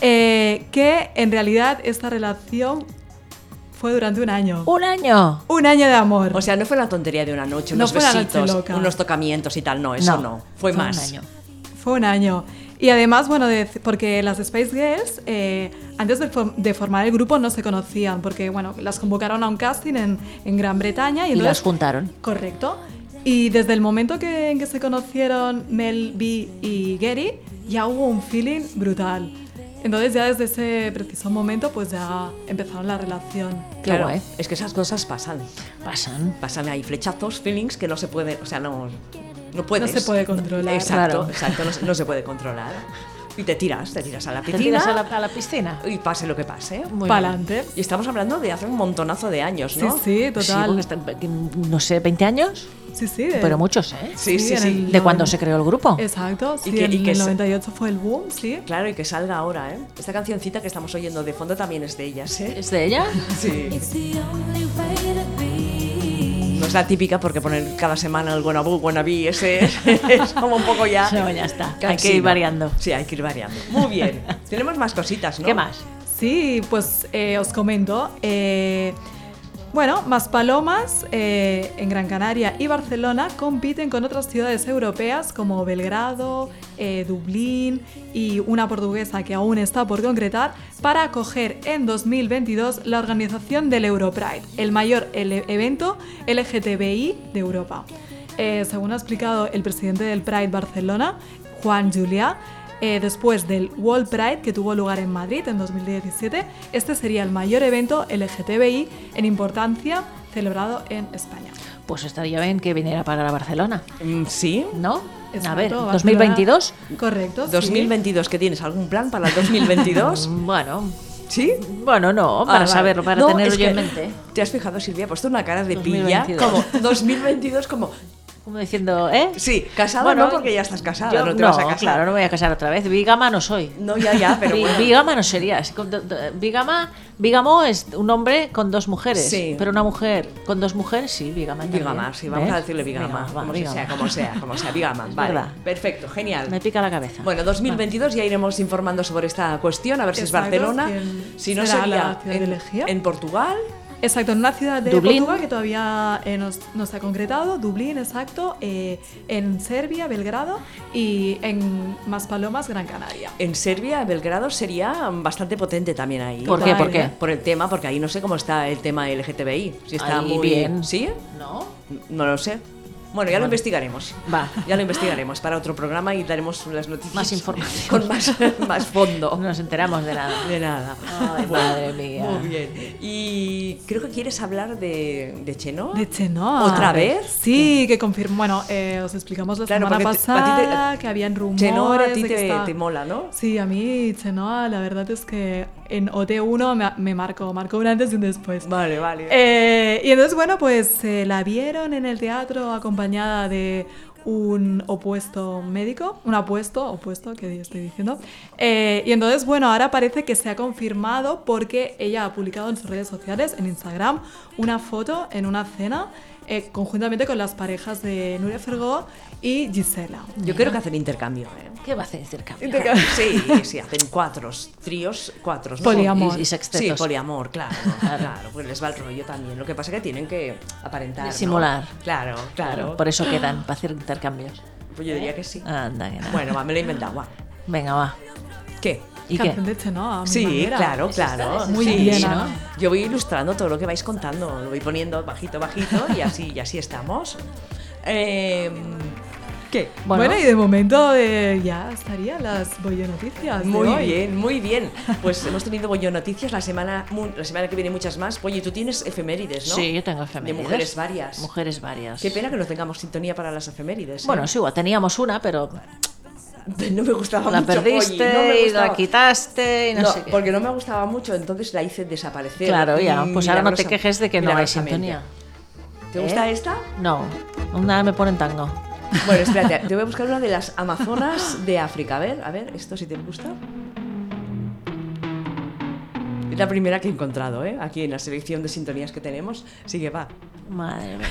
Speaker 3: eh, que en realidad esta relación fue durante un año.
Speaker 2: Un año.
Speaker 3: Un año de amor.
Speaker 1: O sea, no fue la tontería de una noche,
Speaker 3: No
Speaker 1: unos
Speaker 3: fue la noche
Speaker 1: besitos,
Speaker 3: loca.
Speaker 1: unos tocamientos y tal. No, eso no. Fue más.
Speaker 2: Un año.
Speaker 3: Fue un año. Y además, bueno, de- porque las Space Girls, eh, antes de, for- de formar el grupo, no se conocían, porque, bueno, las convocaron a un casting en, en Gran Bretaña y,
Speaker 2: Y
Speaker 3: entonces-
Speaker 2: las juntaron.
Speaker 3: Correcto. Y desde el momento que, en que se conocieron Mel B y Gary, ya hubo un feeling brutal. Entonces ya desde ese preciso momento, pues ya empezaron la relación.
Speaker 2: Qué
Speaker 1: Claro,
Speaker 2: guay.
Speaker 1: es que esas cosas pasan.
Speaker 2: Pasan.
Speaker 1: Pasan ahí flechazos, feelings que no se puede, o sea, no, no puedes.
Speaker 3: No se puede controlar.
Speaker 1: Exacto,
Speaker 2: Claro.
Speaker 1: exacto, no, se- no se puede controlar. Y te tiras, te tiras a la
Speaker 2: ¿Te
Speaker 1: piscina
Speaker 2: tiras a la, a la piscina?
Speaker 1: y pase lo que pase.
Speaker 2: Muy bien.
Speaker 3: Pa'lante.
Speaker 1: Y estamos hablando de hace un montonazo de años, ¿no?
Speaker 3: Sí, sí,
Speaker 2: Sí,
Speaker 3: total.
Speaker 2: porque están- no sé, 20 años,
Speaker 3: Sí, sí. de-
Speaker 2: pero muchos, ¿eh?
Speaker 1: Sí, sí,
Speaker 3: en
Speaker 1: sí.
Speaker 3: el
Speaker 2: ¿De cuándo
Speaker 3: noven-
Speaker 2: se creó el grupo?
Speaker 3: Exacto, sí,
Speaker 1: que- y
Speaker 3: en
Speaker 1: que
Speaker 3: el
Speaker 1: se-
Speaker 3: 98 fue el boom, sí.
Speaker 1: Claro, y que salga ahora, ¿eh? Esta cancioncita que estamos oyendo de fondo también es de ellas, ¿eh?
Speaker 2: ¿Es de ella?
Speaker 1: Sí. No es la típica porque poner cada semana el wannabe, wannabe, ese es, es como un poco ya...
Speaker 2: No, ya está. Hay
Speaker 1: cansino.
Speaker 2: que ir variando.
Speaker 1: Sí, hay que ir variando. Muy bien. Tenemos más cositas, ¿no?
Speaker 2: ¿Qué más?
Speaker 3: Sí, pues eh, os comento. eh, bueno, más palomas eh, en Gran Canaria y Barcelona compiten con otras ciudades europeas como Belgrado, eh, Dublín y una portuguesa que aún está por concretar para acoger en 2022 la organización del Europride, el mayor ele- evento LGTBI de Europa. Eh, según ha explicado el presidente del Pride Barcelona, Juan Juliá, eh, después del World Pride que tuvo lugar en Madrid en 2017, este sería el mayor evento LGTBI en importancia celebrado en España.
Speaker 2: pues estaría bien que viniera a parar a Barcelona,
Speaker 1: Mm, Sí.
Speaker 2: ¿no? a
Speaker 3: Exacto,
Speaker 2: ver,
Speaker 3: Barcelona.
Speaker 2: 2022.
Speaker 3: Correcto. sí.
Speaker 1: 2022, ¿qué tienes? ¿Algún plan para el 2022?
Speaker 2: Mm, Bueno,
Speaker 1: ¿Sí?
Speaker 2: bueno, no,
Speaker 1: Ah,
Speaker 2: para
Speaker 1: vale.
Speaker 2: saberlo, para
Speaker 1: No,
Speaker 2: tenerlo
Speaker 1: es
Speaker 2: yo en
Speaker 1: que
Speaker 2: mente.
Speaker 1: ¿Te has fijado, Silvia? Ha puesto una cara de
Speaker 2: 2022.
Speaker 1: pilla. Como 2022, como.
Speaker 2: Como diciendo, ¿eh?
Speaker 1: Sí, casada no, porque ya estás casada,
Speaker 2: yo-
Speaker 1: no te vas a casar.
Speaker 2: Claro, no me voy a casar otra vez. Bigama no soy.
Speaker 1: No, ya, ya, pero
Speaker 2: Bi-
Speaker 1: bueno.
Speaker 2: Bigama no sería. es con do- do- Bigama, bigamo es un hombre con dos mujeres.
Speaker 1: Sí.
Speaker 2: Pero una mujer con dos mujeres, sí, bigama. también.
Speaker 1: Bigama, sí, vamos
Speaker 2: ¿Ves?
Speaker 1: a decirle bigama.
Speaker 2: Bigama,
Speaker 1: Como
Speaker 2: bigama.
Speaker 1: sea, como sea, como sea, bigama.
Speaker 2: Es
Speaker 1: Vale.
Speaker 2: verdad.
Speaker 1: Perfecto, genial.
Speaker 2: Me pica la cabeza.
Speaker 1: Bueno, 2022 ya iremos informando sobre esta cuestión, a ver si es
Speaker 3: Exacto,
Speaker 1: Barcelona.
Speaker 3: ¿quién
Speaker 1: Si no
Speaker 3: será
Speaker 1: sería
Speaker 3: la ciudad
Speaker 1: en,
Speaker 3: elegida?
Speaker 1: en Portugal.
Speaker 3: Exacto, en una ciudad de
Speaker 2: Dublín.
Speaker 3: Portugal que todavía eh, no, no se ha concretado, Dublín, exacto, eh, en Serbia, Belgrado y en Maspalomas, Gran Canaria.
Speaker 1: En Serbia, Belgrado sería bastante potente también ahí.
Speaker 2: ¿Por qué? ¿Por qué?
Speaker 1: Por el tema, porque ahí no sé cómo está el tema LGTBI. Si está
Speaker 2: Ahí
Speaker 1: muy
Speaker 2: bien.
Speaker 1: ¿Sí?
Speaker 2: ¿No?
Speaker 1: No lo sé. Bueno, ya lo investigaremos.
Speaker 2: Va.
Speaker 1: Ya lo investigaremos para otro programa y daremos las noticias.
Speaker 2: Más información.
Speaker 1: Con más, más
Speaker 2: No
Speaker 1: fondo.
Speaker 2: nos enteramos de nada.
Speaker 1: De nada.
Speaker 2: Ay, madre mía.
Speaker 1: Muy bien. Y creo que quieres hablar de, de Chenoa.
Speaker 3: De Chenoa.
Speaker 1: ¿Otra vez?
Speaker 3: Sí, que confirmó. Bueno, eh, os explicamos la
Speaker 1: Claro,
Speaker 3: semana
Speaker 1: porque te- a ti te-
Speaker 3: pasada que habían rumores.
Speaker 1: Chenoa a ti
Speaker 3: de que
Speaker 1: te,
Speaker 3: estaba-
Speaker 1: te mola, ¿no?
Speaker 3: Sí, a mí Chenoa, la verdad es que en OT1 me, me marcó, marcó un antes y un después.
Speaker 1: Vale, vale.
Speaker 3: Eh, y entonces, bueno, pues eh, la vieron en el teatro acompañada de un opuesto médico, un apuesto, opuesto, que estoy diciendo. Eh, y entonces, bueno, ahora parece que se ha confirmado porque ella ha publicado en sus redes sociales, en Instagram, una foto en una cena eh, conjuntamente con las parejas de Nuria Fergó y Gisela.
Speaker 1: Yo creo que hacen intercambio, ¿eh?
Speaker 2: ¿Qué va a hacer cerca?
Speaker 1: Sí, sí, hacen cuatros, tríos, cuatros. ¿no?
Speaker 3: Poliamor.
Speaker 2: Y, y sextetos.
Speaker 1: Sí, poliamor, claro, claro, pues les va el rollo también. Lo que pasa es que tienen que aparentar. ¿no?
Speaker 2: Disimular.
Speaker 1: Claro, claro.
Speaker 2: Por e- Ah. eso quedan, para hacer intercambios.
Speaker 1: Pues yo diría que sí.
Speaker 2: Anda, que nada.
Speaker 1: Bueno, va, me lo he inventado, va.
Speaker 2: Venga, va.
Speaker 1: ¿Qué?
Speaker 2: ¿Y qué?
Speaker 3: Canción de Chenoa, a mi
Speaker 1: Sí,
Speaker 3: manera.
Speaker 1: claro, claro.
Speaker 3: muy
Speaker 1: sí,
Speaker 3: bien,
Speaker 1: sí.
Speaker 3: Ana.
Speaker 1: Yo voy ilustrando todo lo que vais contando, lo voy poniendo bajito, bajito y así, y así estamos. Eh, ¿Qué?
Speaker 2: Bueno.
Speaker 3: Bueno, y de momento eh, ya estarían las Boyo Noticias. de
Speaker 1: Muy
Speaker 3: hoy.
Speaker 1: bien, muy bien. Pues hemos tenido Bollo Noticias la semana, mu- la semana que viene muchas más. Oye, tú tienes efemérides, ¿no?
Speaker 2: Sí, yo tengo efemérides.
Speaker 1: De mujeres varias.
Speaker 2: Mujeres varias.
Speaker 1: Qué pena que no tengamos sintonía para las efemérides. ¿eh?
Speaker 2: Bueno, sí, igual teníamos una, pero
Speaker 1: no me gustaba
Speaker 2: la
Speaker 1: Ah, mucho.
Speaker 2: perdiste
Speaker 1: Polly, no me
Speaker 2: y la
Speaker 1: gustaba.
Speaker 2: quitaste y no,
Speaker 1: No,
Speaker 2: sé qué.
Speaker 1: porque no me gustaba mucho, entonces la hice desaparecer. Mm,
Speaker 2: Claro, ya. Pues ahora no te
Speaker 1: milagrosa-
Speaker 2: quejes de que no hay
Speaker 1: milagrosamente.
Speaker 2: sintonía.
Speaker 1: ¿Te
Speaker 2: ¿Eh?
Speaker 1: gusta esta?
Speaker 2: No, una me ponen tango.
Speaker 1: Bueno, espérate, te voy a buscar una de las Amazonas de África. A ver, a ver, esto si te gusta. Es la primera que he encontrado, ¿eh? Aquí en la selección de sintonías que tenemos. Sí que va.
Speaker 2: Madre mía.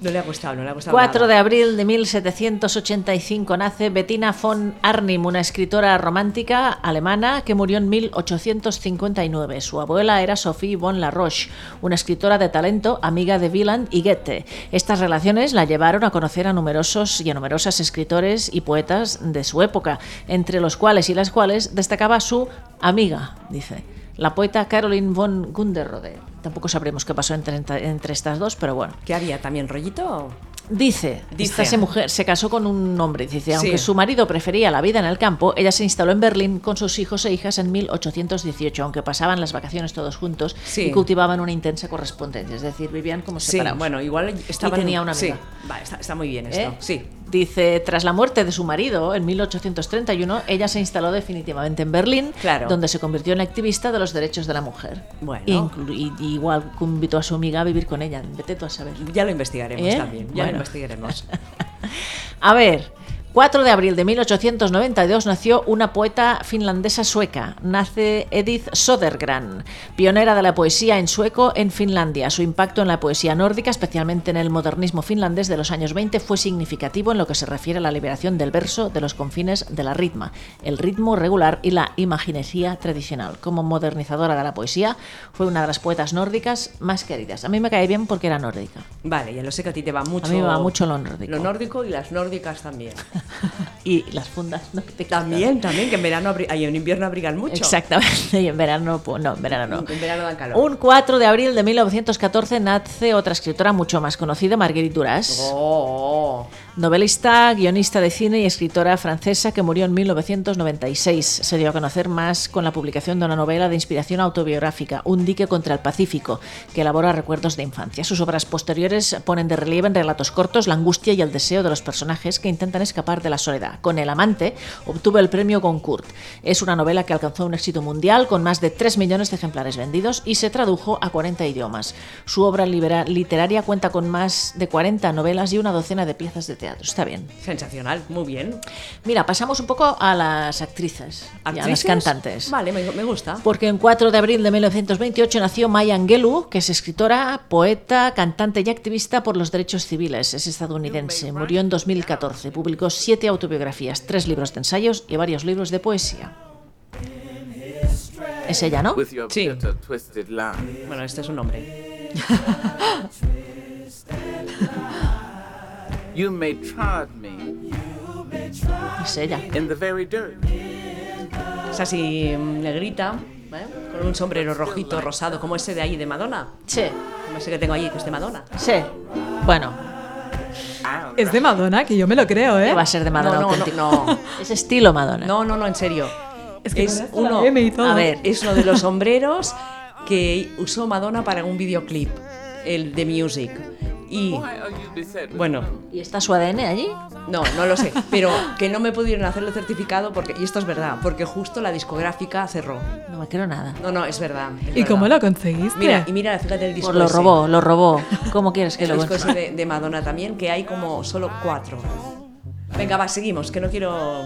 Speaker 1: No le ha gustado, no le ha gustado.
Speaker 2: 4 de
Speaker 1: nada.
Speaker 2: abril de 1785 nace Bettina von Arnim, una escritora romántica alemana que murió en 1859. Su abuela era Sophie von La Roche, una escritora de talento, amiga de Wieland y Goethe. Estas relaciones la llevaron a conocer a numerosos y a numerosas escritores y poetas de su época, entre los cuales y las cuales destacaba su amiga, dice. La poeta Caroline von Gunderrode. Tampoco sabremos qué pasó entre- entre estas dos, pero bueno.
Speaker 1: ¿Qué había? ¿También rollito?
Speaker 2: Dice,
Speaker 1: Dice.
Speaker 2: esta se mujer se casó con un hombre. Dice,
Speaker 1: Sí.
Speaker 2: aunque su marido prefería la vida en el campo, ella se instaló en Berlín con sus hijos e hijas en 1818, aunque pasaban las vacaciones todos juntos
Speaker 1: Sí.
Speaker 2: y cultivaban una intensa correspondencia. Es decir, vivían como
Speaker 1: Sí,
Speaker 2: separados.
Speaker 1: bueno, igual estaba.
Speaker 2: Y tenía una
Speaker 1: Sí,
Speaker 2: amiga.
Speaker 1: vale, está, está muy bien esto.
Speaker 2: ¿Eh?
Speaker 1: Sí.
Speaker 2: Dice, tras la muerte de su marido en 1831, ella se instaló definitivamente en Berlín,
Speaker 1: Claro.
Speaker 2: donde se convirtió en activista de los derechos de la mujer.
Speaker 1: Bueno.
Speaker 2: Inclu- y- y igual invitó a su amiga a vivir con ella. Vete tú a saber.
Speaker 1: Ya lo investigaremos
Speaker 2: ¿Eh?
Speaker 1: también. Ya
Speaker 2: Bueno.
Speaker 1: lo investigaremos.
Speaker 2: A ver, 4 de abril de 1892 nació una poeta finlandesa sueca. Nace Edith Södergran, pionera de la poesía en sueco en Finlandia. Su impacto en la poesía nórdica, especialmente en el modernismo finlandés de los años 20, fue significativo en lo que se refiere a la liberación del verso de los confines de la ritma, el ritmo regular y la imaginería tradicional. Como modernizadora de la poesía, fue una de las poetas nórdicas más queridas. A mí me cae bien porque era nórdica.
Speaker 1: Vale, ya lo sé que a ti te va mucho.
Speaker 2: A mí me va mucho lo nórdico.
Speaker 1: Lo nórdico y las nórdicas también.
Speaker 2: y las fundas no te quitan.
Speaker 1: También, también, que en verano abri- ay, en invierno abrigan mucho.
Speaker 2: Exactamente, y en verano, pues, no, en verano no.
Speaker 1: En verano dan calor.
Speaker 2: Un 4 de abril de 1914 nace otra escritora mucho más conocida, Marguerite Duras.
Speaker 1: Oh,
Speaker 2: Novelista, guionista de cine y escritora francesa que murió en 1996. Se dio a conocer más con la publicación de una novela de inspiración autobiográfica, Un dique contra el Pacífico, que elabora recuerdos de infancia. Sus obras posteriores ponen de relieve en relatos cortos la angustia y el deseo de los personajes que intentan escapar de la soledad. Con El amante obtuvo el premio Goncourt. Es una novela que alcanzó un éxito mundial con más de 3 millones de ejemplares vendidos y se tradujo a 40 idiomas. Su obra libera- literaria cuenta con más de 40 novelas y una docena de piezas de teatro. Está bien.
Speaker 1: sensacional, muy bien.
Speaker 2: Mira, pasamos un poco a las actrices, y a las
Speaker 1: ¿Actrices?
Speaker 2: cantantes.
Speaker 1: Vale, me, me gusta.
Speaker 2: Porque en 4 de abril de 1928 nació Maya Angelou, que es escritora, poeta, cantante y activista por los derechos civiles. Es estadounidense. Murió en 2014. Publicó siete autobiografías, tres libros de ensayos y varios libros de poesía. Es ella, ¿no?
Speaker 8: With your
Speaker 1: Sí.
Speaker 8: bitter twisted line.
Speaker 1: Bueno, este es un nombre.
Speaker 8: You may trod me
Speaker 2: Es ella.
Speaker 8: in the very dirt.
Speaker 1: Es así mm, negrita, ¿eh? con un sombrero rojito, rosado, como ese de ahí de Madonna.
Speaker 2: Sí,
Speaker 1: Como ese que tengo ahí, que es de Madonna.
Speaker 2: sí. Bueno,
Speaker 8: I'll
Speaker 3: Es de Madonna, que yo me lo creo,
Speaker 2: ¿qué
Speaker 3: ¿eh?
Speaker 2: va a ser de Madonna
Speaker 1: No, no,
Speaker 2: auténtico?
Speaker 1: no, no.
Speaker 2: Es estilo Madonna.
Speaker 1: No, no, no, en serio. Es
Speaker 3: que con esto la M y todo.
Speaker 1: A ver, es uno de los sombreros que usó Madonna para un videoclip, el de Music. Y
Speaker 8: Why are you beset with
Speaker 1: bueno,
Speaker 2: ¿Y está su ADN allí?
Speaker 1: no, no lo sé, pero que no me pudieron hacer el certificado porque y esto es verdad, porque justo la discográfica cerró.
Speaker 2: No me creo nada.
Speaker 1: No, no, es verdad. es
Speaker 3: ¿Y
Speaker 1: verdad.
Speaker 3: cómo lo conseguiste?
Speaker 1: Mira, y mira, fíjate el disco.
Speaker 2: Pues lo
Speaker 1: ese.
Speaker 2: robó, lo robó. ¿Cómo quieres que
Speaker 1: El
Speaker 2: lo
Speaker 1: disco
Speaker 2: vuelva?
Speaker 1: ese de, de Madonna también, que hay como solo cuatro. Venga, va, seguimos, que no quiero.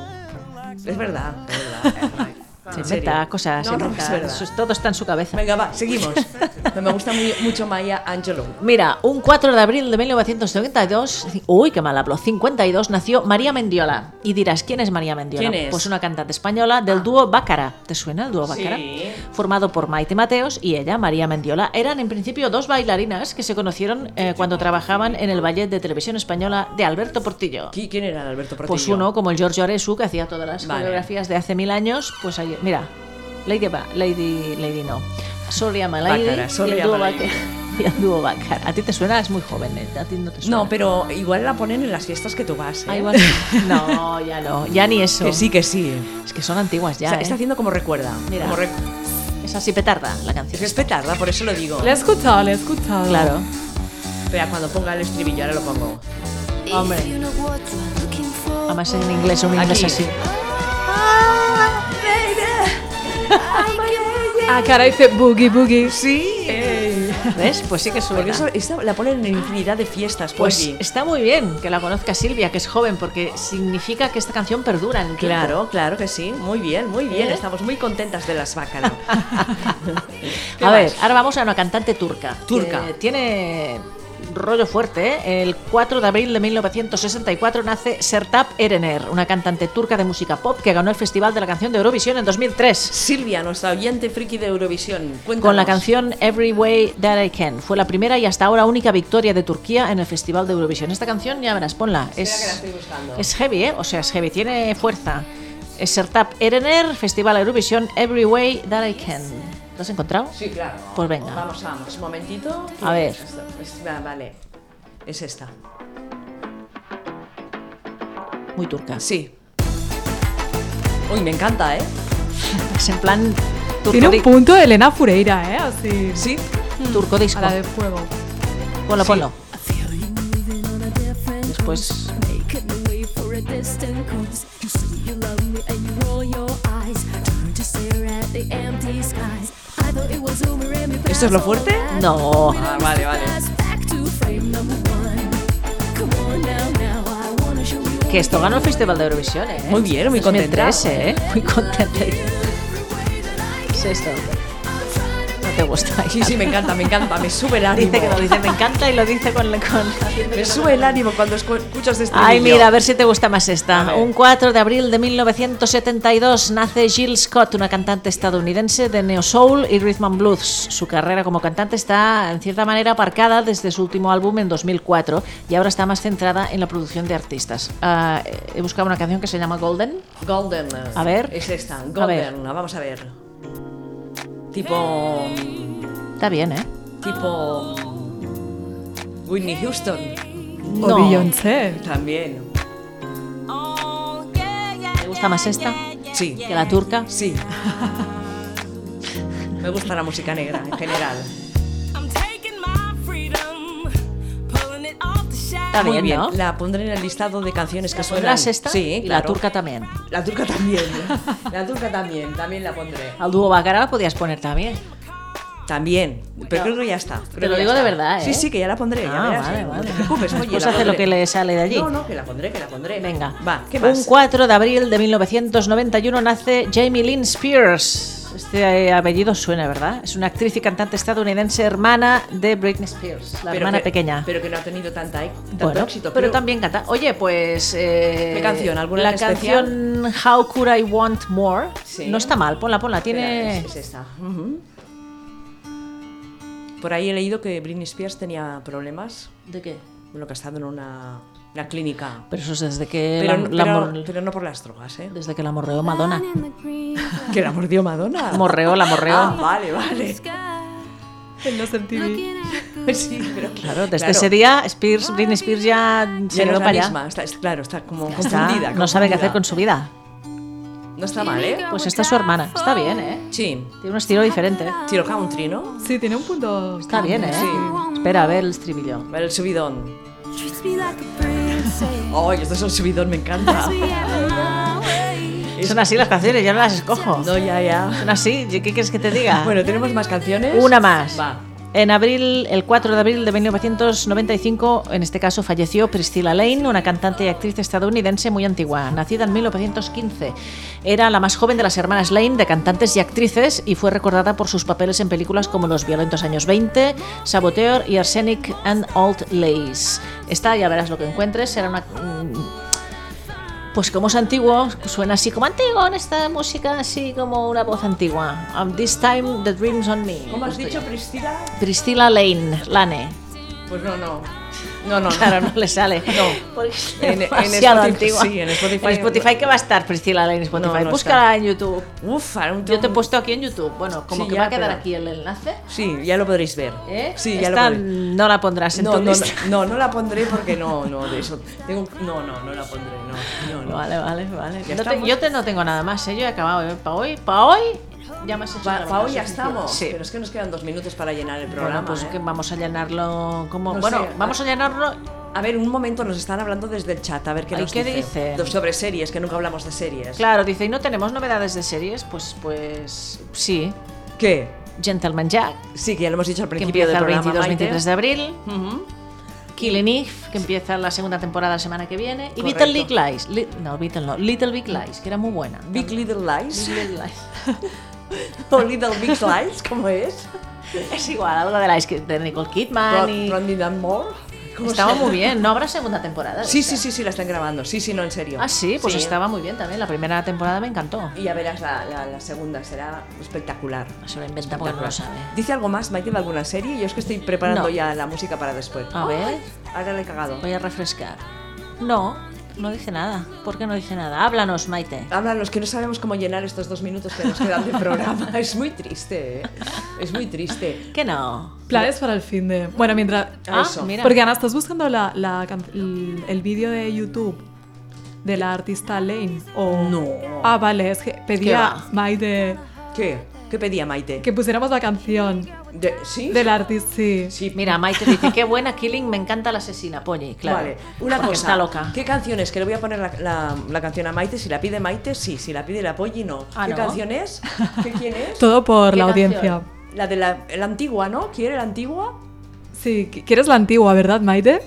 Speaker 1: Es verdad, es verdad.
Speaker 2: Se
Speaker 1: En serio.
Speaker 2: inventa cosas, se
Speaker 1: No, no,
Speaker 2: inventa-
Speaker 1: es verdad.
Speaker 2: eso es- todo está en su cabeza.
Speaker 1: Venga, va, seguimos. Me gusta muy- mucho Maya Angelou.
Speaker 2: Mira, un 4 de abril de 1952, uy, qué mal hablo, 52, nació María Mendiola. Y dirás, ¿quién es María Mendiola?
Speaker 1: ¿Quién es? Ah.
Speaker 2: Pues una cantante española del dúo Bácara. ¿Te suena el dúo Bácara? Formado por Maite Mateos y ella, María Mendiola. Eran en principio dos bailarinas que se conocieron eh, cuando trabajaban en el ballet de televisión española de Alberto Portillo.
Speaker 1: ¿Qui- ¿Quién era Alberto Portillo?
Speaker 2: Pues uno, como el Giorgio Aresu, que hacía todas las
Speaker 1: Vale.
Speaker 2: coreografías de hace mil años, pues ahí, mira, Lady, Ba- Lady, Lady no, Sorry I'm a Lady
Speaker 1: Baccara, sorry
Speaker 2: y el
Speaker 1: I'm
Speaker 2: dúo
Speaker 1: a lady.
Speaker 2: Baccara. y el dúo Baccara. A ti te suena, es muy joven, ¿eh? a ti no te suena.
Speaker 1: No, pero igual la ponen en las fiestas que tú vas. ¿eh?
Speaker 2: Ah, igual- No, ya no, ya ni eso.
Speaker 1: Que sí, que sí.
Speaker 2: Es que son antiguas ya,
Speaker 1: O sea,
Speaker 2: ¿eh?
Speaker 1: Está haciendo como recuerda.
Speaker 2: Mira.
Speaker 1: Como re-
Speaker 2: Es así petarda la canción.
Speaker 1: Es que es petarda, por eso lo digo.
Speaker 3: La he escuchado, la he escuchado.
Speaker 2: Claro.
Speaker 1: Espera, cuando ponga el estribillo, ahora lo pongo.
Speaker 2: Hombre. Además en inglés, un inglés
Speaker 1: Aquí.
Speaker 2: así.
Speaker 3: Ah, cara, dice boogie boogie.
Speaker 1: Sí.
Speaker 2: ¿Ves? Pues sí que suena.
Speaker 1: Porque eso, esta la ponen en infinidad de fiestas,
Speaker 2: Pues
Speaker 1: Polly.
Speaker 2: está muy bien que la conozca Silvia, que es joven, porque significa que esta canción perdura en el tiempo.
Speaker 1: Claro, claro que sí. Muy bien, muy bien.
Speaker 2: ¿Eh?
Speaker 1: Estamos muy contentas de las vacas. ¿Qué
Speaker 2: A
Speaker 1: más?
Speaker 2: ver, ahora vamos a una cantante turca.
Speaker 1: Turca.
Speaker 2: que tiene rollo fuerte, ¿eh? El 4 de abril de 1964 nace Sertab Erener, una cantante turca de música pop que ganó el Festival de la Canción de Eurovisión en 2003.
Speaker 1: Silvia, nuestra oyente friki de Eurovisión. Cuéntanos.
Speaker 2: Con la canción Every Way That I Can. Fue la primera y hasta ahora única victoria de Turquía en el Festival de Eurovisión. Esta canción, ya verás, ponla. Es, es heavy, ¿eh? O sea, es heavy, tiene fuerza. Es Sertab Erener, Festival Eurovisión Every Way That I Can. ¿Lo has encontrado?
Speaker 1: Sí, claro.
Speaker 2: Pues venga.
Speaker 1: Vamos, vamos. Un momentito.
Speaker 2: A ver.
Speaker 1: Es- va- Vale. Es esta.
Speaker 2: Muy turca.
Speaker 1: Sí. Uy, me encanta, ¿eh?
Speaker 2: Es en plan
Speaker 3: Tiene
Speaker 2: turco,
Speaker 3: un
Speaker 2: di-
Speaker 3: punto de Elena Fureira, ¿eh? Así.
Speaker 1: Sí. Mm.
Speaker 2: turco
Speaker 3: A
Speaker 2: disco.
Speaker 3: la de fuego.
Speaker 2: Ponlo, ponlo. Después.
Speaker 1: ¿Esto es lo fuerte?
Speaker 2: No.
Speaker 1: Ah, vale, vale.
Speaker 2: Que esto ganó el Festival de Eurovisión, ¿eh?
Speaker 1: Muy bien, muy contenta.
Speaker 2: 2013, ¿eh? Muy contenta. Es esto.
Speaker 1: No,
Speaker 2: te gusta.
Speaker 1: Sí, sí, me encanta, me encanta, me sube el ánimo.
Speaker 2: Dice que lo dice, me encanta y lo dice con... con...
Speaker 1: Me sube el ánimo cuando escu- escuchas este
Speaker 2: Ay,
Speaker 1: vídeo.
Speaker 2: mira, a ver si te gusta más esta.
Speaker 1: A ver.
Speaker 2: Un 4 de abril de 1972 nace Jill Scott, una cantante estadounidense de neo soul y rhythm and blues. Su carrera como cantante está en cierta manera aparcada desde su último álbum en 2004 y ahora está más centrada en la producción de artistas. Ah, he buscado una canción que se llama Golden.
Speaker 1: Golden.
Speaker 2: A ver.
Speaker 1: Es esta,
Speaker 2: A ver.
Speaker 1: Golden. Vamos a ver. Tipo.
Speaker 2: Está bien, ¿eh?
Speaker 1: Tipo. Whitney Houston.
Speaker 3: O
Speaker 2: No.
Speaker 3: Beyoncé.
Speaker 1: También.
Speaker 2: ¿Te gusta más esta
Speaker 1: Sí.
Speaker 2: que la turca?
Speaker 1: Sí. Me gusta la música negra en general.
Speaker 2: Está
Speaker 1: Muy
Speaker 2: bien,
Speaker 1: bien.
Speaker 2: ¿no?
Speaker 1: La pondré en el listado de canciones que suenan.
Speaker 2: ¿Pondrás esta?
Speaker 1: Sí,
Speaker 2: Y la
Speaker 1: claro.
Speaker 2: turca también.
Speaker 1: La turca también. La turca también, también la pondré.
Speaker 2: Al dúo Bacara la podías poner también.
Speaker 1: También. Pero creo que ya está. Creo
Speaker 2: Te
Speaker 1: que
Speaker 2: lo
Speaker 1: ya
Speaker 2: digo de
Speaker 1: está.
Speaker 2: verdad, ¿eh?
Speaker 1: Sí, sí, que ya la pondré. ya
Speaker 2: Ah,
Speaker 1: verás,
Speaker 2: vale,
Speaker 1: ¿eh? No
Speaker 2: vale.
Speaker 1: te preocupes, oye.
Speaker 2: Después
Speaker 1: la
Speaker 2: hace lo
Speaker 1: pondré.
Speaker 2: que le sale de allí.
Speaker 1: No, no, que la pondré, que la pondré.
Speaker 2: Venga,
Speaker 1: Va, ¿qué más?
Speaker 2: Un 4 de abril de 1991 nace Jamie Lynn Spears. Este eh, apellido suena, ¿verdad? Es una actriz y cantante estadounidense, hermana de Britney Spears, la
Speaker 1: Pero
Speaker 2: hermana
Speaker 1: que-
Speaker 2: pequeña.
Speaker 1: Pero que no ha tenido tanta, e- tanto
Speaker 2: Bueno,
Speaker 1: éxito.
Speaker 2: pero también canta. Oye, pues. eh,
Speaker 1: ¿Qué canción? ¿Alguna
Speaker 2: La
Speaker 1: en especial?
Speaker 2: canción How Could I Want More.
Speaker 1: Sí.
Speaker 2: No está mal, ponla, ponla.
Speaker 1: Espera, eh,
Speaker 2: Tiene.
Speaker 1: es, es esta. Ujú. Por ahí he leído que Britney Spears tenía problemas.
Speaker 2: ¿De qué?
Speaker 1: Lo que ha estado en una, una clínica.
Speaker 2: Pero eso es desde que
Speaker 1: Pero,
Speaker 2: Eh, la, la
Speaker 1: pero-
Speaker 2: mor-
Speaker 1: pero no por las drogas, ¿eh?
Speaker 2: desde que la morreó Madonna.
Speaker 1: Que la mordió Madonna.
Speaker 2: Morreó, la morreó.
Speaker 1: Ah, vale, vale. Pues
Speaker 3: En los MTV.
Speaker 1: Sí, pero
Speaker 2: Claro, desde
Speaker 1: Claro.
Speaker 2: ese día, Spears, Britney Spears ya se
Speaker 1: Ya no es
Speaker 2: quedó para
Speaker 1: la
Speaker 2: allá.
Speaker 1: misma. Está, es- claro, está como
Speaker 2: Ya está,
Speaker 1: confundida.
Speaker 2: no sabe qué
Speaker 1: confundida.
Speaker 2: hacer con su vida.
Speaker 1: No está mal, ¿eh?
Speaker 2: Pues está su hermana. Está bien, ¿eh?
Speaker 1: Sí.
Speaker 2: Tiene un estilo diferente.
Speaker 1: Tiro country, ¿no?
Speaker 3: Sí, tiene un punto.
Speaker 2: Está bien, ¿eh?
Speaker 1: Sí.
Speaker 2: Espera, a ver el estribillo.
Speaker 1: El subidón. Ay, esto es el subidón, me encanta.
Speaker 2: Son así las canciones, yo no las escojo.
Speaker 1: No, ya, ya.
Speaker 2: Son así, ¿qué quieres que te diga?
Speaker 1: Bueno, ¿tenemos más canciones?
Speaker 2: Una más.
Speaker 1: Va.
Speaker 2: En abril, el 4 de abril de 1995, en este caso falleció Priscilla Lane, una cantante y actriz estadounidense muy antigua, nacida en 1915. Era la más joven de las hermanas Lane, de cantantes y actrices, y fue recordada por sus papeles en películas como Los violentos años 20, Saboteur y Arsenic and Old Lace. Esta, ya verás lo que encuentres, será una... mm, Pues como es antiguo, suena así como antiguo en esta música, así como una voz antigua. Um, this time the dreams on me.
Speaker 1: ¿Cómo has
Speaker 2: Justo
Speaker 1: dicho,
Speaker 2: ya.
Speaker 1: Priscila?
Speaker 2: Priscila Lane, Lane.
Speaker 1: Pues no, no. No, no,
Speaker 2: Claro, no le sale.
Speaker 1: No.
Speaker 2: Porque es
Speaker 1: En- en
Speaker 2: demasiado
Speaker 1: Spotify-
Speaker 2: antigua.
Speaker 1: sí, en Spotify-
Speaker 2: Spotify, ¿qué va a estar Priscila Lane en Spotify?
Speaker 1: No, no
Speaker 2: Búscala en YouTube.
Speaker 1: Uf, ahora un
Speaker 2: Yo te he puesto aquí en YouTube. Bueno, como
Speaker 1: Sí,
Speaker 2: que
Speaker 1: ya,
Speaker 2: va a quedar
Speaker 1: pero-
Speaker 2: aquí el enlace.
Speaker 1: Sí, ya lo podréis ver.
Speaker 2: ¿eh?
Speaker 1: Sí, ya
Speaker 2: Esta
Speaker 1: lo podréis
Speaker 2: no la pondrás en
Speaker 1: no,
Speaker 2: tu
Speaker 1: no,
Speaker 2: lista.
Speaker 1: no, no la pondré porque no, no, de eso. Tengo, no, no, no la pondré, no, no, no.
Speaker 2: Vale, vale, vale.
Speaker 1: Ya
Speaker 2: No te-
Speaker 1: estamos.
Speaker 2: yo te- no tengo nada más, ¿eh? yo he acabado. Para hoy, para hoy, ya me has hecho
Speaker 1: Pa-
Speaker 2: la
Speaker 1: pa' hoy ya
Speaker 2: suficiente.
Speaker 1: estamos,
Speaker 2: Sí.
Speaker 1: pero es que nos quedan dos minutos para llenar el
Speaker 2: Bueno,
Speaker 1: programa.
Speaker 2: pues
Speaker 1: ¿eh?
Speaker 2: que vamos a llenarlo como...
Speaker 1: No
Speaker 2: bueno,
Speaker 1: sé, eh.
Speaker 2: vamos a llenarlo
Speaker 1: A ver, un momento, nos están hablando desde el chat, a ver qué
Speaker 2: Ay,
Speaker 1: nos
Speaker 2: ¿qué
Speaker 1: dice.
Speaker 2: dicen?
Speaker 1: Sobre series, que nunca hablamos de series.
Speaker 2: Claro, dice, ¿y no tenemos novedades de series? Pues, pues sí.
Speaker 1: ¿Qué?
Speaker 2: Gentleman Jack,
Speaker 1: Sí, que ya lo hemos dicho al
Speaker 2: que
Speaker 1: principio del
Speaker 2: empieza el
Speaker 1: programa.
Speaker 2: 22-23
Speaker 1: Maite.
Speaker 2: de abril.
Speaker 1: Ujú.
Speaker 2: Killing Eve, que empieza la segunda temporada la semana que viene. Y
Speaker 1: Correcto.
Speaker 2: Little Big Lies. Li- no, Little no. Little Big Lies, que era muy buena.
Speaker 1: Big Little Lies.
Speaker 2: Little Lies.
Speaker 1: o Little Big Lies, ¿cómo es?
Speaker 2: Es igual, algo de Lies que- de Nicole Kidman. y-
Speaker 1: Randy Moore. ¿Cómo se
Speaker 2: Estaba
Speaker 1: llama?
Speaker 2: muy bien. No habrá segunda temporada.
Speaker 1: Sí, sí, sí, sí, la están grabando. Sí, sí, no, en serio.
Speaker 2: Ah, sí, pues estaba muy bien también. La primera temporada me encantó.
Speaker 1: Y ya verás la, la- la segunda, será espectacular.
Speaker 2: Se lo inventa porque Pues no lo sabe.
Speaker 1: ¿Dice algo más, Maite, de alguna serie? Yo es que estoy preparando
Speaker 2: No.
Speaker 1: ya la música para después.
Speaker 2: A ver. Pues-
Speaker 1: Ahora le he cagado.
Speaker 2: Voy a refrescar. No, no dice nada. ¿Por qué no dice nada? Háblanos, Maite.
Speaker 1: Hablan los que no sabemos cómo llenar estos dos minutos que nos quedan de programa. Es muy triste, ¿eh? Es muy triste.
Speaker 2: Que no.
Speaker 3: Planes para el fin de. Bueno, mientras.
Speaker 2: Ah,
Speaker 1: Eso.
Speaker 2: mira.
Speaker 3: Porque Ana, estás buscando la, la can- el, el vídeo de YouTube de la artista Lane. O...
Speaker 1: No.
Speaker 3: Ah, vale, es que pedía
Speaker 2: va?
Speaker 3: Maite
Speaker 1: ¿Qué? ¿Qué pedía Maite?
Speaker 3: que pusiéramos la canción
Speaker 1: De- ¿Sí?
Speaker 3: del artista. Sí.
Speaker 1: Sí.
Speaker 2: Mira, Maite dice, qué buena Killing, me encanta la asesina, Polly, claro.
Speaker 1: Vale, una
Speaker 2: porque
Speaker 1: cosa.
Speaker 2: está loca.
Speaker 1: ¿Qué canción es? Que le voy a poner la, la- la canción a Maite. Si la pide Maite, sí. Si la pide la Polly, no.
Speaker 2: Ah,
Speaker 1: ¿Qué
Speaker 2: ¿no?
Speaker 1: canción es? ¿Qué quién es?
Speaker 3: Todo por
Speaker 2: ¿Qué
Speaker 3: la
Speaker 2: canción?
Speaker 3: audiencia.
Speaker 1: La de la, la antigua, ¿no? ¿Quiere la antigua?
Speaker 3: Sí, qu- ¿quieres la antigua, verdad, Maite?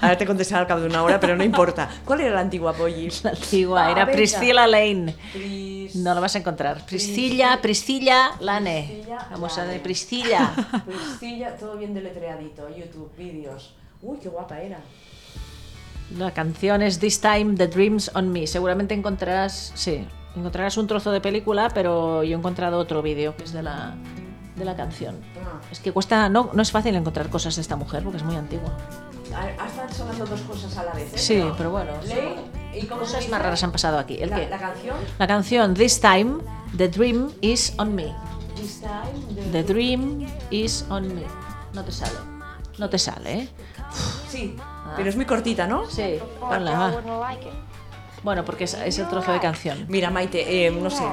Speaker 1: Ahora te contestaré al cabo de una hora, pero no importa. ¿Cuál era la antigua Pollis?
Speaker 2: La antigua era
Speaker 1: Ah, venga.
Speaker 2: Priscilla Lane.
Speaker 1: Pris-
Speaker 2: No la vas a encontrar. Priscilla, Priscilla Lane.
Speaker 1: Priscilla
Speaker 2: Vamos a
Speaker 1: Lane.
Speaker 2: de Priscilla.
Speaker 1: Priscilla, todo bien deletreadito. YouTube, vídeos. Uy, qué guapa era.
Speaker 2: La canción es This Time The Dreams on Me. Seguramente encontrarás, sí, encontrarás un trozo de película, pero yo he encontrado otro vídeo que es de la, de la canción.
Speaker 1: Ah.
Speaker 2: Es que cuesta, no, no es fácil encontrar cosas de esta mujer porque es muy antigua.
Speaker 1: Ah, Están sonando dos cosas a la vez. ¿eh?
Speaker 2: Sí, pero bueno.
Speaker 1: Ley y cómo se
Speaker 2: Cosas
Speaker 1: dice?
Speaker 2: más raras han pasado aquí. ¿El
Speaker 1: la,
Speaker 2: qué?
Speaker 1: la canción.
Speaker 2: La canción This Time The Dream Is On Me.
Speaker 1: This time the-
Speaker 2: The Dream Is On Me. No te sale. No te sale, ¿eh?
Speaker 1: Sí,
Speaker 2: Ah.
Speaker 1: pero es muy cortita, ¿no?
Speaker 2: Sí, ponla, va. Bueno, porque es, es el trozo de canción.
Speaker 1: Mira, Maite, eh, no sé.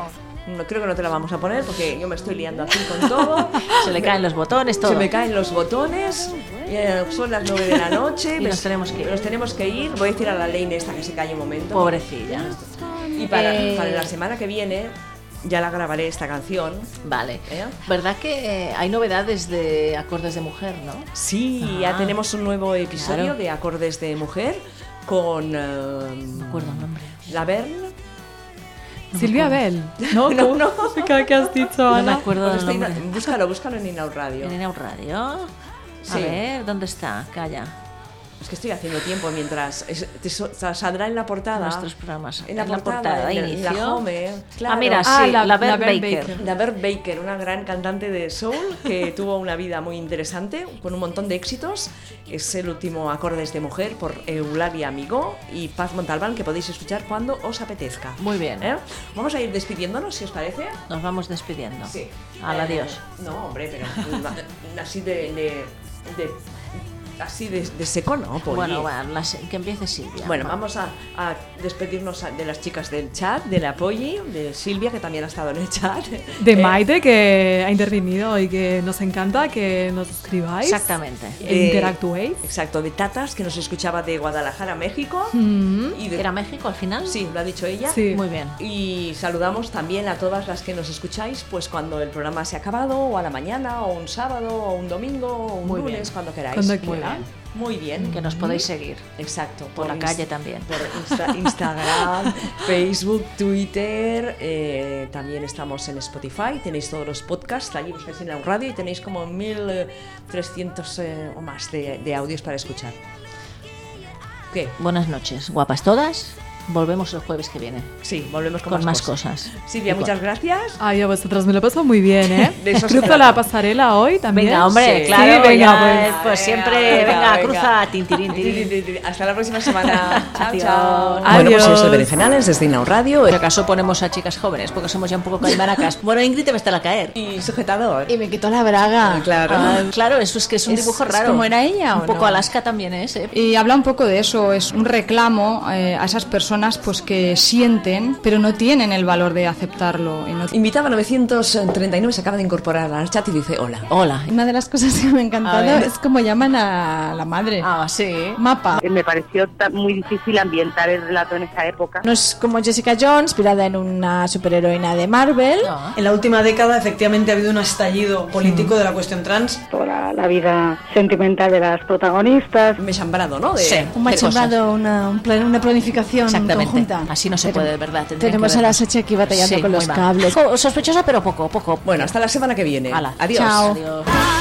Speaker 1: No, creo que no te la vamos a poner porque yo me estoy liando aquí con todo.
Speaker 2: Se le caen los botones, todo.
Speaker 1: Se me caen los botones. eh, son las 9 de la noche.
Speaker 2: Y
Speaker 1: me-
Speaker 2: nos tenemos que ir.
Speaker 1: Nos tenemos que ir. Voy a decir a la Lane esta que se calle un momento.
Speaker 2: Pobrecilla.
Speaker 1: Y para,
Speaker 2: Eh.
Speaker 1: para la semana que viene ya la grabaré esta canción.
Speaker 2: Vale.
Speaker 1: ¿Eh?
Speaker 2: ¿Verdad que eh, hay novedades de acordes de mujer, no?
Speaker 1: Sí, ya
Speaker 2: Ah.
Speaker 1: tenemos un nuevo episodio
Speaker 2: Claro.
Speaker 1: de Acordes de Mujer con em,
Speaker 2: No acuerdo el nombre.
Speaker 1: La Verne.
Speaker 3: Silvia Bell. No, no, no. ¿Qué has dicho,
Speaker 2: No me
Speaker 3: Ana?
Speaker 2: acuerdo
Speaker 1: Os
Speaker 2: del
Speaker 1: estoy-
Speaker 2: nombre.
Speaker 1: Búscalo, búscalo en Inaud Radio.
Speaker 2: ¿En un radio? A
Speaker 1: Sí.
Speaker 2: ver, ¿dónde está? Calla.
Speaker 1: Es que estoy haciendo tiempo mientras. es- te so- sa- saldrá en la portada.
Speaker 2: Nuestros programas.
Speaker 1: En la portada, en, el- en la
Speaker 2: inicio.
Speaker 1: home. Claro.
Speaker 2: Ah, mira, sí,
Speaker 3: Ah,
Speaker 2: la,
Speaker 3: la-
Speaker 2: Beth
Speaker 3: la Beth
Speaker 2: Baker.
Speaker 3: Baker.
Speaker 1: La Bert Baker, una gran cantante de soul que tuvo una vida muy interesante, con un montón de éxitos. Es el último Acordes de Mujer por Eulalia Amigo y Paz Montalbán, que podéis escuchar cuando os apetezca.
Speaker 2: Muy bien.
Speaker 1: ¿Eh? Vamos a ir despidiéndonos, si os parece.
Speaker 2: Nos vamos despidiendo. Al
Speaker 1: Eh,
Speaker 2: adiós.
Speaker 1: No, hombre, pero na- así de. de- de- así de, de seco, ¿no? Poli?
Speaker 2: Bueno, va, las- que empiece Silvia.
Speaker 1: Bueno,
Speaker 2: Va.
Speaker 1: vamos a, a despedirnos a- de las chicas del chat, de la Polly, de Silvia, que también ha estado en el chat.
Speaker 3: De
Speaker 1: Eh,
Speaker 3: Maite, que ha intervenido y que nos encanta que nos escribáis.
Speaker 2: Exactamente.
Speaker 3: E
Speaker 1: Eh,
Speaker 3: interactuéis.
Speaker 1: Exacto, de Tatas, que nos escuchaba de Guadalajara, México.
Speaker 3: Mm,
Speaker 1: Y de-
Speaker 2: Mm-hmm. ¿Era México al final?
Speaker 1: Sí, lo ha dicho ella.
Speaker 3: Sí.
Speaker 2: Muy bien.
Speaker 1: Y saludamos también a todas las que nos escucháis, pues cuando el programa se ha acabado, o a la mañana, o un sábado, o un domingo, o un
Speaker 2: Muy
Speaker 1: lunes,
Speaker 2: bien.
Speaker 1: cuando queráis.
Speaker 3: Cuando
Speaker 1: Muy
Speaker 3: quiera.
Speaker 1: bien. Muy bien.
Speaker 2: Que nos podéis seguir.
Speaker 1: Exacto.
Speaker 2: Por la
Speaker 1: ins-
Speaker 2: calle también.
Speaker 1: Por Insta- Instagram, Facebook, Twitter. eh, también estamos en Spotify. Tenéis todos los podcasts. Allí buscáis en la radio y tenéis como 1300 eh, o más de, de audios para escuchar. ¿Qué?
Speaker 2: Buenas noches, guapas todas. Volvemos el jueves que viene
Speaker 1: Sí, volvemos con,
Speaker 2: con, más cosas.
Speaker 1: Silvia,
Speaker 2: Y con-
Speaker 1: muchas gracias.
Speaker 3: Ay, a vosotras me lo paso muy bien, ¿eh?
Speaker 1: De eso se
Speaker 3: Cruzo
Speaker 1: trata.
Speaker 3: la pasarela hoy también.
Speaker 2: Venga, hombre,
Speaker 1: Sí.
Speaker 2: claro,
Speaker 3: Sí, venga,
Speaker 2: ya,
Speaker 3: pues.
Speaker 2: pues, siempre, venga, cruza, tintirín, tirín.
Speaker 1: Hasta la próxima semana. chao, chao.
Speaker 2: Adiós.
Speaker 1: Bueno, pues
Speaker 3: Adiós.
Speaker 1: eso es Berenjenales desde Inau Radio.
Speaker 2: Por acaso ponemos a chicas jóvenes, porque somos ya un poco calmaracas. Bueno, Ingrid te va a estar a caer.
Speaker 1: Y sujetador.
Speaker 9: Y me quitó la braga.
Speaker 1: Claro.
Speaker 2: Ah, claro, eso es que es un
Speaker 9: Es-
Speaker 2: dibujo
Speaker 9: es
Speaker 2: raro.
Speaker 9: como era ella,
Speaker 2: Un
Speaker 9: ¿o
Speaker 2: poco
Speaker 9: no?
Speaker 2: Alaska también es, ¿eh?
Speaker 9: Y habla un poco de eso, es un reclamo eh, a esas personas pues que sienten, pero no tienen el valor de aceptarlo. y no-
Speaker 1: Invitaba 939, se acaba de incorporar al chat y dice hola.
Speaker 2: Hola.
Speaker 9: Una de las cosas que me ha
Speaker 2: A
Speaker 9: encantado
Speaker 2: ver.
Speaker 9: es como llaman a la madre.
Speaker 2: Ah, sí.
Speaker 9: Mapa.
Speaker 6: Me pareció ta- muy difícil ambientar el relato en esa época.
Speaker 10: No es como Jessica Jones, inspirada en una superheroína de Marvel.
Speaker 2: No.
Speaker 11: En la última década, efectivamente, ha habido un estallido político de la cuestión trans.
Speaker 5: Toda la vida sentimental de las protagonistas.
Speaker 1: Me he chambrado, ¿no? De-
Speaker 2: Sí.
Speaker 10: Un
Speaker 2: Qué cosas.
Speaker 10: machembrado, una, un plan- una planificación
Speaker 2: Exactamente.
Speaker 10: conjunta.
Speaker 2: Así no se
Speaker 10: Pero-
Speaker 2: puede, de verdad. tendrían
Speaker 10: Tenemos
Speaker 2: que
Speaker 10: a la
Speaker 2: vernos.
Speaker 10: Sachi aquí batallando
Speaker 2: Sí,
Speaker 10: con los
Speaker 2: muy mal.
Speaker 10: cables.
Speaker 2: Co- Sospechosa, pero poco, poco.
Speaker 1: Bueno, hasta la semana que viene.
Speaker 2: Ala.
Speaker 1: Adiós.
Speaker 10: Chao.
Speaker 2: Adiós.